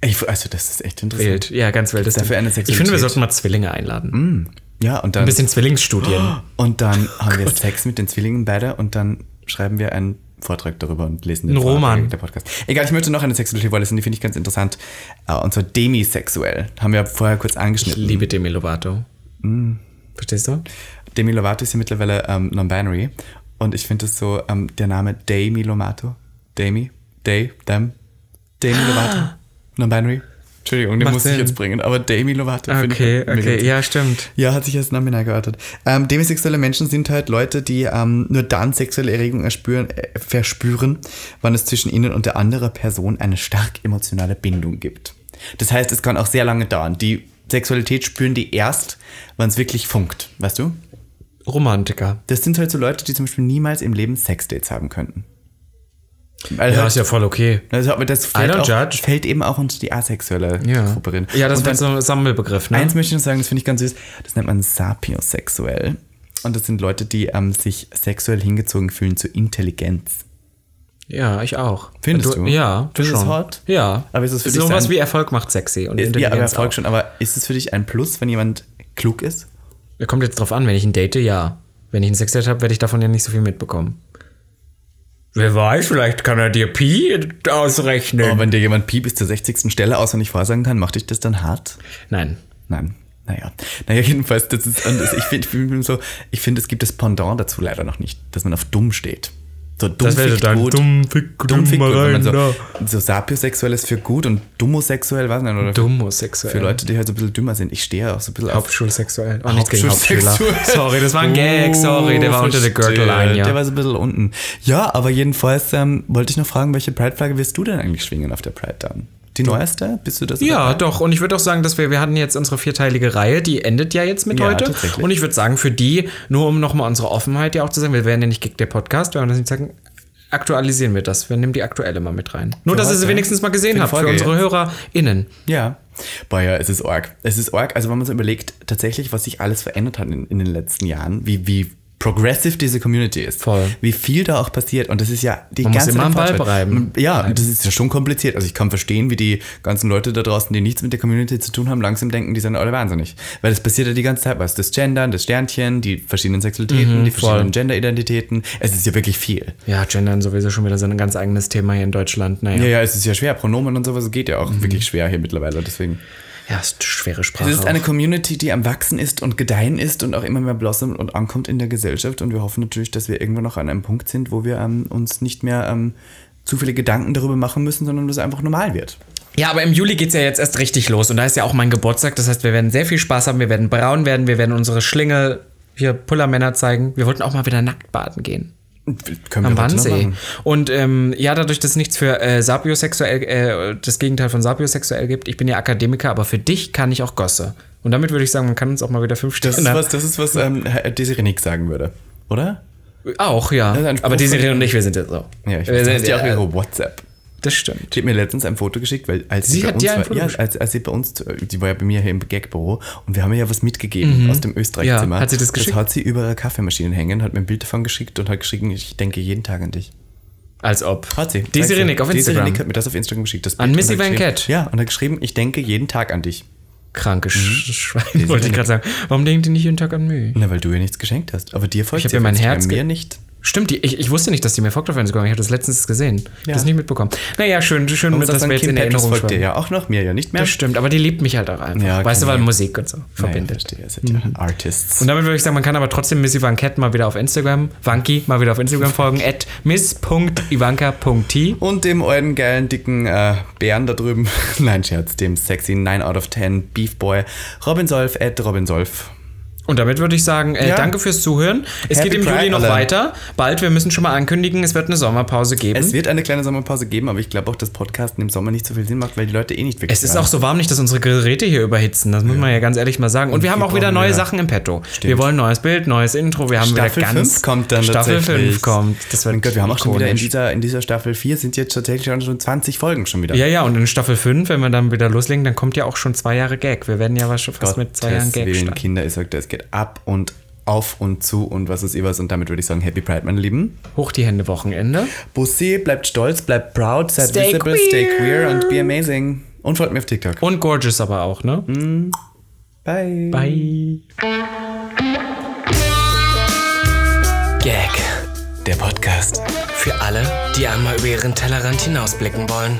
[SPEAKER 2] Ey, also das ist echt interessant.
[SPEAKER 1] Wild. Ja, ganz wild. Das
[SPEAKER 2] Dafür eine
[SPEAKER 1] stimmt. ich finde, wir
[SPEAKER 2] Sexualität. Mm.
[SPEAKER 1] sollten mal Zwillinge einladen.
[SPEAKER 2] Ja, und
[SPEAKER 1] Ein
[SPEAKER 2] dann,
[SPEAKER 1] bisschen Zwillingsstudien.
[SPEAKER 2] und dann haben wir Sex mit den Zwillingen beide und dann schreiben wir einen Vortrag darüber und lesen den
[SPEAKER 1] Ein
[SPEAKER 2] Vortrag,
[SPEAKER 1] Roman.
[SPEAKER 2] Der Podcast. Egal, ich möchte noch eine Sexualität vorlesen, die finde ich ganz interessant. Äh, Und zwar demisexuell. Haben wir vorher kurz angeschnitten.
[SPEAKER 1] Liebe Demi Lovato.
[SPEAKER 2] Mm.
[SPEAKER 1] Verstehst du?
[SPEAKER 2] Demi Lovato ist ja mittlerweile ähm, non-binary. Und ich finde es so, ähm, der Name Demi Lovato. Demi? Day? Them? Demi Lovato? Non-binary? Entschuldigung, den
[SPEAKER 1] Macht
[SPEAKER 2] muss ich
[SPEAKER 1] Sinn.
[SPEAKER 2] jetzt bringen. Aber Demi Lovato finde
[SPEAKER 1] Okay,
[SPEAKER 2] ich halt mega
[SPEAKER 1] okay.
[SPEAKER 2] interessant.
[SPEAKER 1] Ja, stimmt.
[SPEAKER 2] Ja, hat sich erst Name geäußert. Ähm, demisexuelle Menschen sind halt Leute, die ähm, nur dann sexuelle Erregung erspüren, äh, verspüren, wann es zwischen ihnen und der anderen Person eine stark emotionale Bindung gibt. Das heißt, es kann auch sehr lange dauern. Die Sexualität spüren die erst, wann es wirklich funkt, weißt du?
[SPEAKER 1] Romantiker.
[SPEAKER 2] Das sind halt so Leute, die zum Beispiel niemals im Leben Sexdates haben könnten. Weil
[SPEAKER 1] Ja,
[SPEAKER 2] halt-
[SPEAKER 1] ist ja voll okay.
[SPEAKER 2] also, aber das fällt,
[SPEAKER 1] don't
[SPEAKER 2] auch,
[SPEAKER 1] judge.
[SPEAKER 2] fällt eben auch unter die asexuelle
[SPEAKER 1] Ja,
[SPEAKER 2] Gruppe rein.
[SPEAKER 1] ja das
[SPEAKER 2] Und dann-
[SPEAKER 1] ist so ein Sammelbegriff, ne?
[SPEAKER 2] Eins möchte ich noch sagen, das finde ich ganz süß. Das nennt man sapiosexuell. Und das sind Leute, die ähm, sich sexuell hingezogen fühlen zu Intelligenz.
[SPEAKER 1] Ja, ich auch.
[SPEAKER 2] Findest du?
[SPEAKER 1] Ja,
[SPEAKER 2] Findest du es
[SPEAKER 1] schon.
[SPEAKER 2] hot?
[SPEAKER 1] Ja.
[SPEAKER 2] Aber ist es für dich
[SPEAKER 1] Sowas
[SPEAKER 2] sein-
[SPEAKER 1] wie Erfolg macht sexy und
[SPEAKER 2] Ja, aber
[SPEAKER 1] Intelligenz
[SPEAKER 2] Erfolg
[SPEAKER 1] auch.
[SPEAKER 2] schon. Aber ist es für dich ein Plus, wenn jemand klug ist?
[SPEAKER 1] Kommt jetzt drauf an, wenn ich ein date, ja. Wenn ich ein Sexdate habe, werde ich davon ja nicht so viel mitbekommen. Wer weiß, vielleicht kann er dir Pi ausrechnen.
[SPEAKER 2] Und wenn dir jemand Pi bis zur 60. Stelle auswendig vorsagen kann, macht dich das dann hart?
[SPEAKER 1] Nein.
[SPEAKER 2] Nein. Naja. Naja, jedenfalls, das ist anders. Ich finde, ich bin so, ich finde, es gibt das Pendant dazu leider noch nicht, dass man auf dumm steht. So dumm
[SPEAKER 1] Das wäre
[SPEAKER 2] fickt
[SPEAKER 1] dann
[SPEAKER 2] gut.
[SPEAKER 1] dumm, fick, dumm,
[SPEAKER 2] dumm fickt
[SPEAKER 1] mal
[SPEAKER 2] gut, wenn man
[SPEAKER 1] rein, da.
[SPEAKER 2] so, so sapiosexuell ist für gut und dummosexuell, was denn? Oder
[SPEAKER 1] Dummosexuell.
[SPEAKER 2] Für Leute, die halt so ein bisschen dümmer sind. Ich stehe auch so ein bisschen auf.
[SPEAKER 1] Hauptschulsexuell. Oh, nichts gegen
[SPEAKER 2] Hauptschulsexuell.
[SPEAKER 1] Hauptschüler. Sorry, das war ein Gag, sorry, der war
[SPEAKER 2] Oh,
[SPEAKER 1] unter der
[SPEAKER 2] verstehe.
[SPEAKER 1] Gürtelline,
[SPEAKER 2] Der
[SPEAKER 1] ja.
[SPEAKER 2] war so ein bisschen unten. Ja, aber jedenfalls ähm, wollte ich noch fragen, welche Pride-Flagge wirst du denn eigentlich schwingen auf der Pride dann? Die neueste? Bist du das?
[SPEAKER 1] Ja, doch. Und ich würde auch sagen, dass wir, wir hatten jetzt unsere vierteilige Reihe, die endet ja jetzt mit
[SPEAKER 2] Ja,
[SPEAKER 1] heute.
[SPEAKER 2] tatsächlich.
[SPEAKER 1] Und ich würde sagen, für die, nur um nochmal unsere Offenheit ja auch zu sagen, wir werden ja nicht Gig der Podcast, wir werden das nicht sagen, aktualisieren wir das. Wir nehmen die aktuelle mal mit rein. Nur,
[SPEAKER 2] Für
[SPEAKER 1] dass ihr sie
[SPEAKER 2] heute?
[SPEAKER 1] wenigstens mal
[SPEAKER 2] Für
[SPEAKER 1] gesehen
[SPEAKER 2] die
[SPEAKER 1] habt, für
[SPEAKER 2] Folge
[SPEAKER 1] unsere
[SPEAKER 2] jetzt?
[SPEAKER 1] HörerInnen.
[SPEAKER 2] Ja. Boah, ja, es ist arg. Es ist arg. Also, wenn man so überlegt, tatsächlich, was sich alles verändert hat in, in den letzten Jahren, wie, wie progressive diese Community ist.
[SPEAKER 1] Voll.
[SPEAKER 2] Wie viel da auch passiert. Und das ist ja die
[SPEAKER 1] Man muss
[SPEAKER 2] ganze
[SPEAKER 1] immer am Ball
[SPEAKER 2] Fortschritt.
[SPEAKER 1] bleiben.
[SPEAKER 2] Ja, und das ist ja schon kompliziert. Also, ich kann verstehen, wie die ganzen Leute da draußen, die nichts mit der Community zu tun haben, langsam denken, die sind alle wahnsinnig. Weil das passiert ja die ganze Zeit was. Das Gendern, das Sternchen, die verschiedenen Sexualitäten, die verschiedenen Genderidentitäten. Es ist ja wirklich viel.
[SPEAKER 1] Mhm, Ja, Gendern sowieso schon wieder so ein ganz eigenes Thema hier in Deutschland. Naja,
[SPEAKER 2] Ja,
[SPEAKER 1] ja,
[SPEAKER 2] ja, es ist ja schwer. Pronomen und sowas geht ja auch
[SPEAKER 1] Mhm.
[SPEAKER 2] wirklich schwer hier mittlerweile. Deswegen.
[SPEAKER 1] ist schwere Sprache.
[SPEAKER 2] Es ist
[SPEAKER 1] auch.
[SPEAKER 2] eine Community, die am Wachsen ist und gedeihen ist und auch immer mehr blossomt und ankommt in der Gesellschaft. Und wir hoffen natürlich, dass wir irgendwann noch an einem Punkt sind, wo wir ähm, uns nicht mehr ähm, zu viele Gedanken darüber machen müssen, sondern dass es einfach normal wird.
[SPEAKER 1] Ja, aber im Juli geht's ja jetzt erst richtig los und da ist ja auch mein Geburtstag. Das heißt, wir werden sehr viel Spaß haben, wir werden braun werden, wir werden unsere Schlinge hier Pullermänner zeigen. Wir wollten auch mal wieder nackt baden gehen.
[SPEAKER 2] Können
[SPEAKER 1] Am
[SPEAKER 2] wir heute noch
[SPEAKER 1] Wannsee.
[SPEAKER 2] machen.
[SPEAKER 1] Und ähm, ja, dadurch, dass es nichts für äh, sapiosexuell, äh, das Gegenteil von sapiosexuell gibt, ich bin ja Akademiker, aber für dich kann ich auch Gosse. Und damit würde ich sagen, man kann uns auch mal wieder fünf
[SPEAKER 2] Das ist
[SPEAKER 1] Sterne.
[SPEAKER 2] was, das ist was ähm, Herr Desiree Nick sagen würde, oder?
[SPEAKER 1] Auch, ja.
[SPEAKER 2] Das ist ein Spruch
[SPEAKER 1] Aber die
[SPEAKER 2] von-
[SPEAKER 1] Serie und ich, wir sind ja so.
[SPEAKER 2] Ja, ich
[SPEAKER 1] wir
[SPEAKER 2] weiß,
[SPEAKER 1] sind
[SPEAKER 2] die auch
[SPEAKER 1] ja,
[SPEAKER 2] ihre WhatsApp.
[SPEAKER 1] das stimmt.
[SPEAKER 2] Die hat mir letztens ein Foto geschickt, weil als
[SPEAKER 1] Sie
[SPEAKER 2] bei
[SPEAKER 1] hat
[SPEAKER 2] uns
[SPEAKER 1] dir ein
[SPEAKER 2] war,
[SPEAKER 1] Foto
[SPEAKER 2] ja,
[SPEAKER 1] geschickt?
[SPEAKER 2] als, als sie bei uns, äh, die war ja bei mir hier im Gagbüro und wir haben ihr ja was mitgegeben aus dem Österreich-Zimmer.
[SPEAKER 1] Mhm. Ja, hat sie das geschickt?
[SPEAKER 2] Das hat sie über ihre Kaffeemaschine hängen, hat mir ein Bild davon geschickt und hat geschrieben, ich denke jeden Tag an dich.
[SPEAKER 1] Als ob.
[SPEAKER 2] Hat sie.
[SPEAKER 1] Die Serie Nick auf Instagram.
[SPEAKER 2] Nick hat mir das auf Instagram geschickt. Das
[SPEAKER 1] An
[SPEAKER 2] Bild.
[SPEAKER 1] Missy
[SPEAKER 2] Und hat
[SPEAKER 1] Van
[SPEAKER 2] geschrieben-
[SPEAKER 1] Cat.
[SPEAKER 2] Ja, und hat geschrieben, ich denke jeden Tag an dich.
[SPEAKER 1] Kranke Sch- Schwein, wollte ich
[SPEAKER 2] Mhm. Nick.
[SPEAKER 1] gerade sagen. Warum denkt ihr nicht jeden Tag an mich?
[SPEAKER 2] Na, weil du ihr nichts geschenkt hast. Aber dir folgt
[SPEAKER 1] Ich hab
[SPEAKER 2] sie
[SPEAKER 1] ihr
[SPEAKER 2] auf
[SPEAKER 1] mein
[SPEAKER 2] Instagram,
[SPEAKER 1] Herz ge-
[SPEAKER 2] mir nicht.
[SPEAKER 1] Stimmt, die, ich, ich wusste nicht, dass die mehr Folklore-Fans gegangen Ich habe das letztens gesehen. Ja. Das nicht mitbekommen. Naja, schön, schön,
[SPEAKER 2] Man muss
[SPEAKER 1] dass wir
[SPEAKER 2] auch sagen,
[SPEAKER 1] jetzt
[SPEAKER 2] Kim
[SPEAKER 1] in
[SPEAKER 2] Petras
[SPEAKER 1] Erinnerung
[SPEAKER 2] folgt dir
[SPEAKER 1] schweigen.
[SPEAKER 2] ja auch noch, mir ja nicht mehr.
[SPEAKER 1] Das stimmt, aber die liebt mich halt auch einfach.
[SPEAKER 2] Ja,
[SPEAKER 1] weißt du,
[SPEAKER 2] kann
[SPEAKER 1] weil
[SPEAKER 2] sein.
[SPEAKER 1] Musik und so
[SPEAKER 2] Naja,
[SPEAKER 1] verbindet. Mhm.
[SPEAKER 2] verstehe, es sind ja Artists.
[SPEAKER 1] Und damit würde ich sagen, man kann aber trotzdem Miss Van Cat mal wieder auf Instagram, Vanki mal wieder auf Instagram folgen, at miss.ivanka.t.
[SPEAKER 2] Und dem euren geilen, dicken äh, Bären da drüben. Nein, Scherz, dem sexy 9 out of 10 Beefboy Robin Solf at Robin Solf.
[SPEAKER 1] Und damit würde ich sagen, äh,
[SPEAKER 2] Ja.
[SPEAKER 1] danke fürs Zuhören. Es
[SPEAKER 2] Happy
[SPEAKER 1] geht im
[SPEAKER 2] Pride,
[SPEAKER 1] Juli noch
[SPEAKER 2] alle.
[SPEAKER 1] weiter. Bald, wir müssen schon mal ankündigen, es wird eine Sommerpause geben.
[SPEAKER 2] Es wird eine kleine Sommerpause geben, aber ich glaube auch, dass Podcasten im Sommer nicht so viel Sinn macht, weil die Leute eh nicht wirklich.
[SPEAKER 1] Es ist
[SPEAKER 2] hören.
[SPEAKER 1] auch so warm nicht, dass unsere Geräte hier überhitzen. Das muss man ja ganz ehrlich mal sagen. Und wir haben
[SPEAKER 2] wir
[SPEAKER 1] auch wieder
[SPEAKER 2] brauchen
[SPEAKER 1] neue
[SPEAKER 2] wieder-
[SPEAKER 1] Sachen im Petto. Wir wollen neues Bild, neues Intro. Wir haben
[SPEAKER 2] Staffel
[SPEAKER 1] wieder ganz.
[SPEAKER 2] 5 kommt dann
[SPEAKER 1] Staffel
[SPEAKER 2] tatsächlich.
[SPEAKER 1] 5 kommt. Das wird
[SPEAKER 2] mein Gott, wir haben auch schon wieder in
[SPEAKER 1] ikonisch.
[SPEAKER 2] dieser, in dieser Staffel 4 sind jetzt tatsächlich schon- schon 20 Folgen schon wieder.
[SPEAKER 1] Ja, ja, und in Staffel 5, wenn wir dann wieder loslegen, dann kommt ja auch schon zwei Jahre Gag. Wir werden ja was- fast mit zwei Jahren Gag
[SPEAKER 2] Willen,
[SPEAKER 1] starten.
[SPEAKER 2] Kinder, ich sagte, es geht ab und auf und zu und was ist ihr was. Und damit würde ich sagen, Happy Pride, meine Lieben.
[SPEAKER 1] Hoch die Hände Wochenende.
[SPEAKER 2] Bussi, bleibt stolz, bleibt proud, seid
[SPEAKER 1] Stay
[SPEAKER 2] visible, stay queer und be amazing. Und folgt mir auf TikTok.
[SPEAKER 1] Und gorgeous aber auch, ne?
[SPEAKER 2] Mhm. Bye.
[SPEAKER 1] Bye.
[SPEAKER 3] Gag.
[SPEAKER 2] Der Podcast
[SPEAKER 3] Für alle, die einmal über ihren Tellerrand hinausblicken wollen.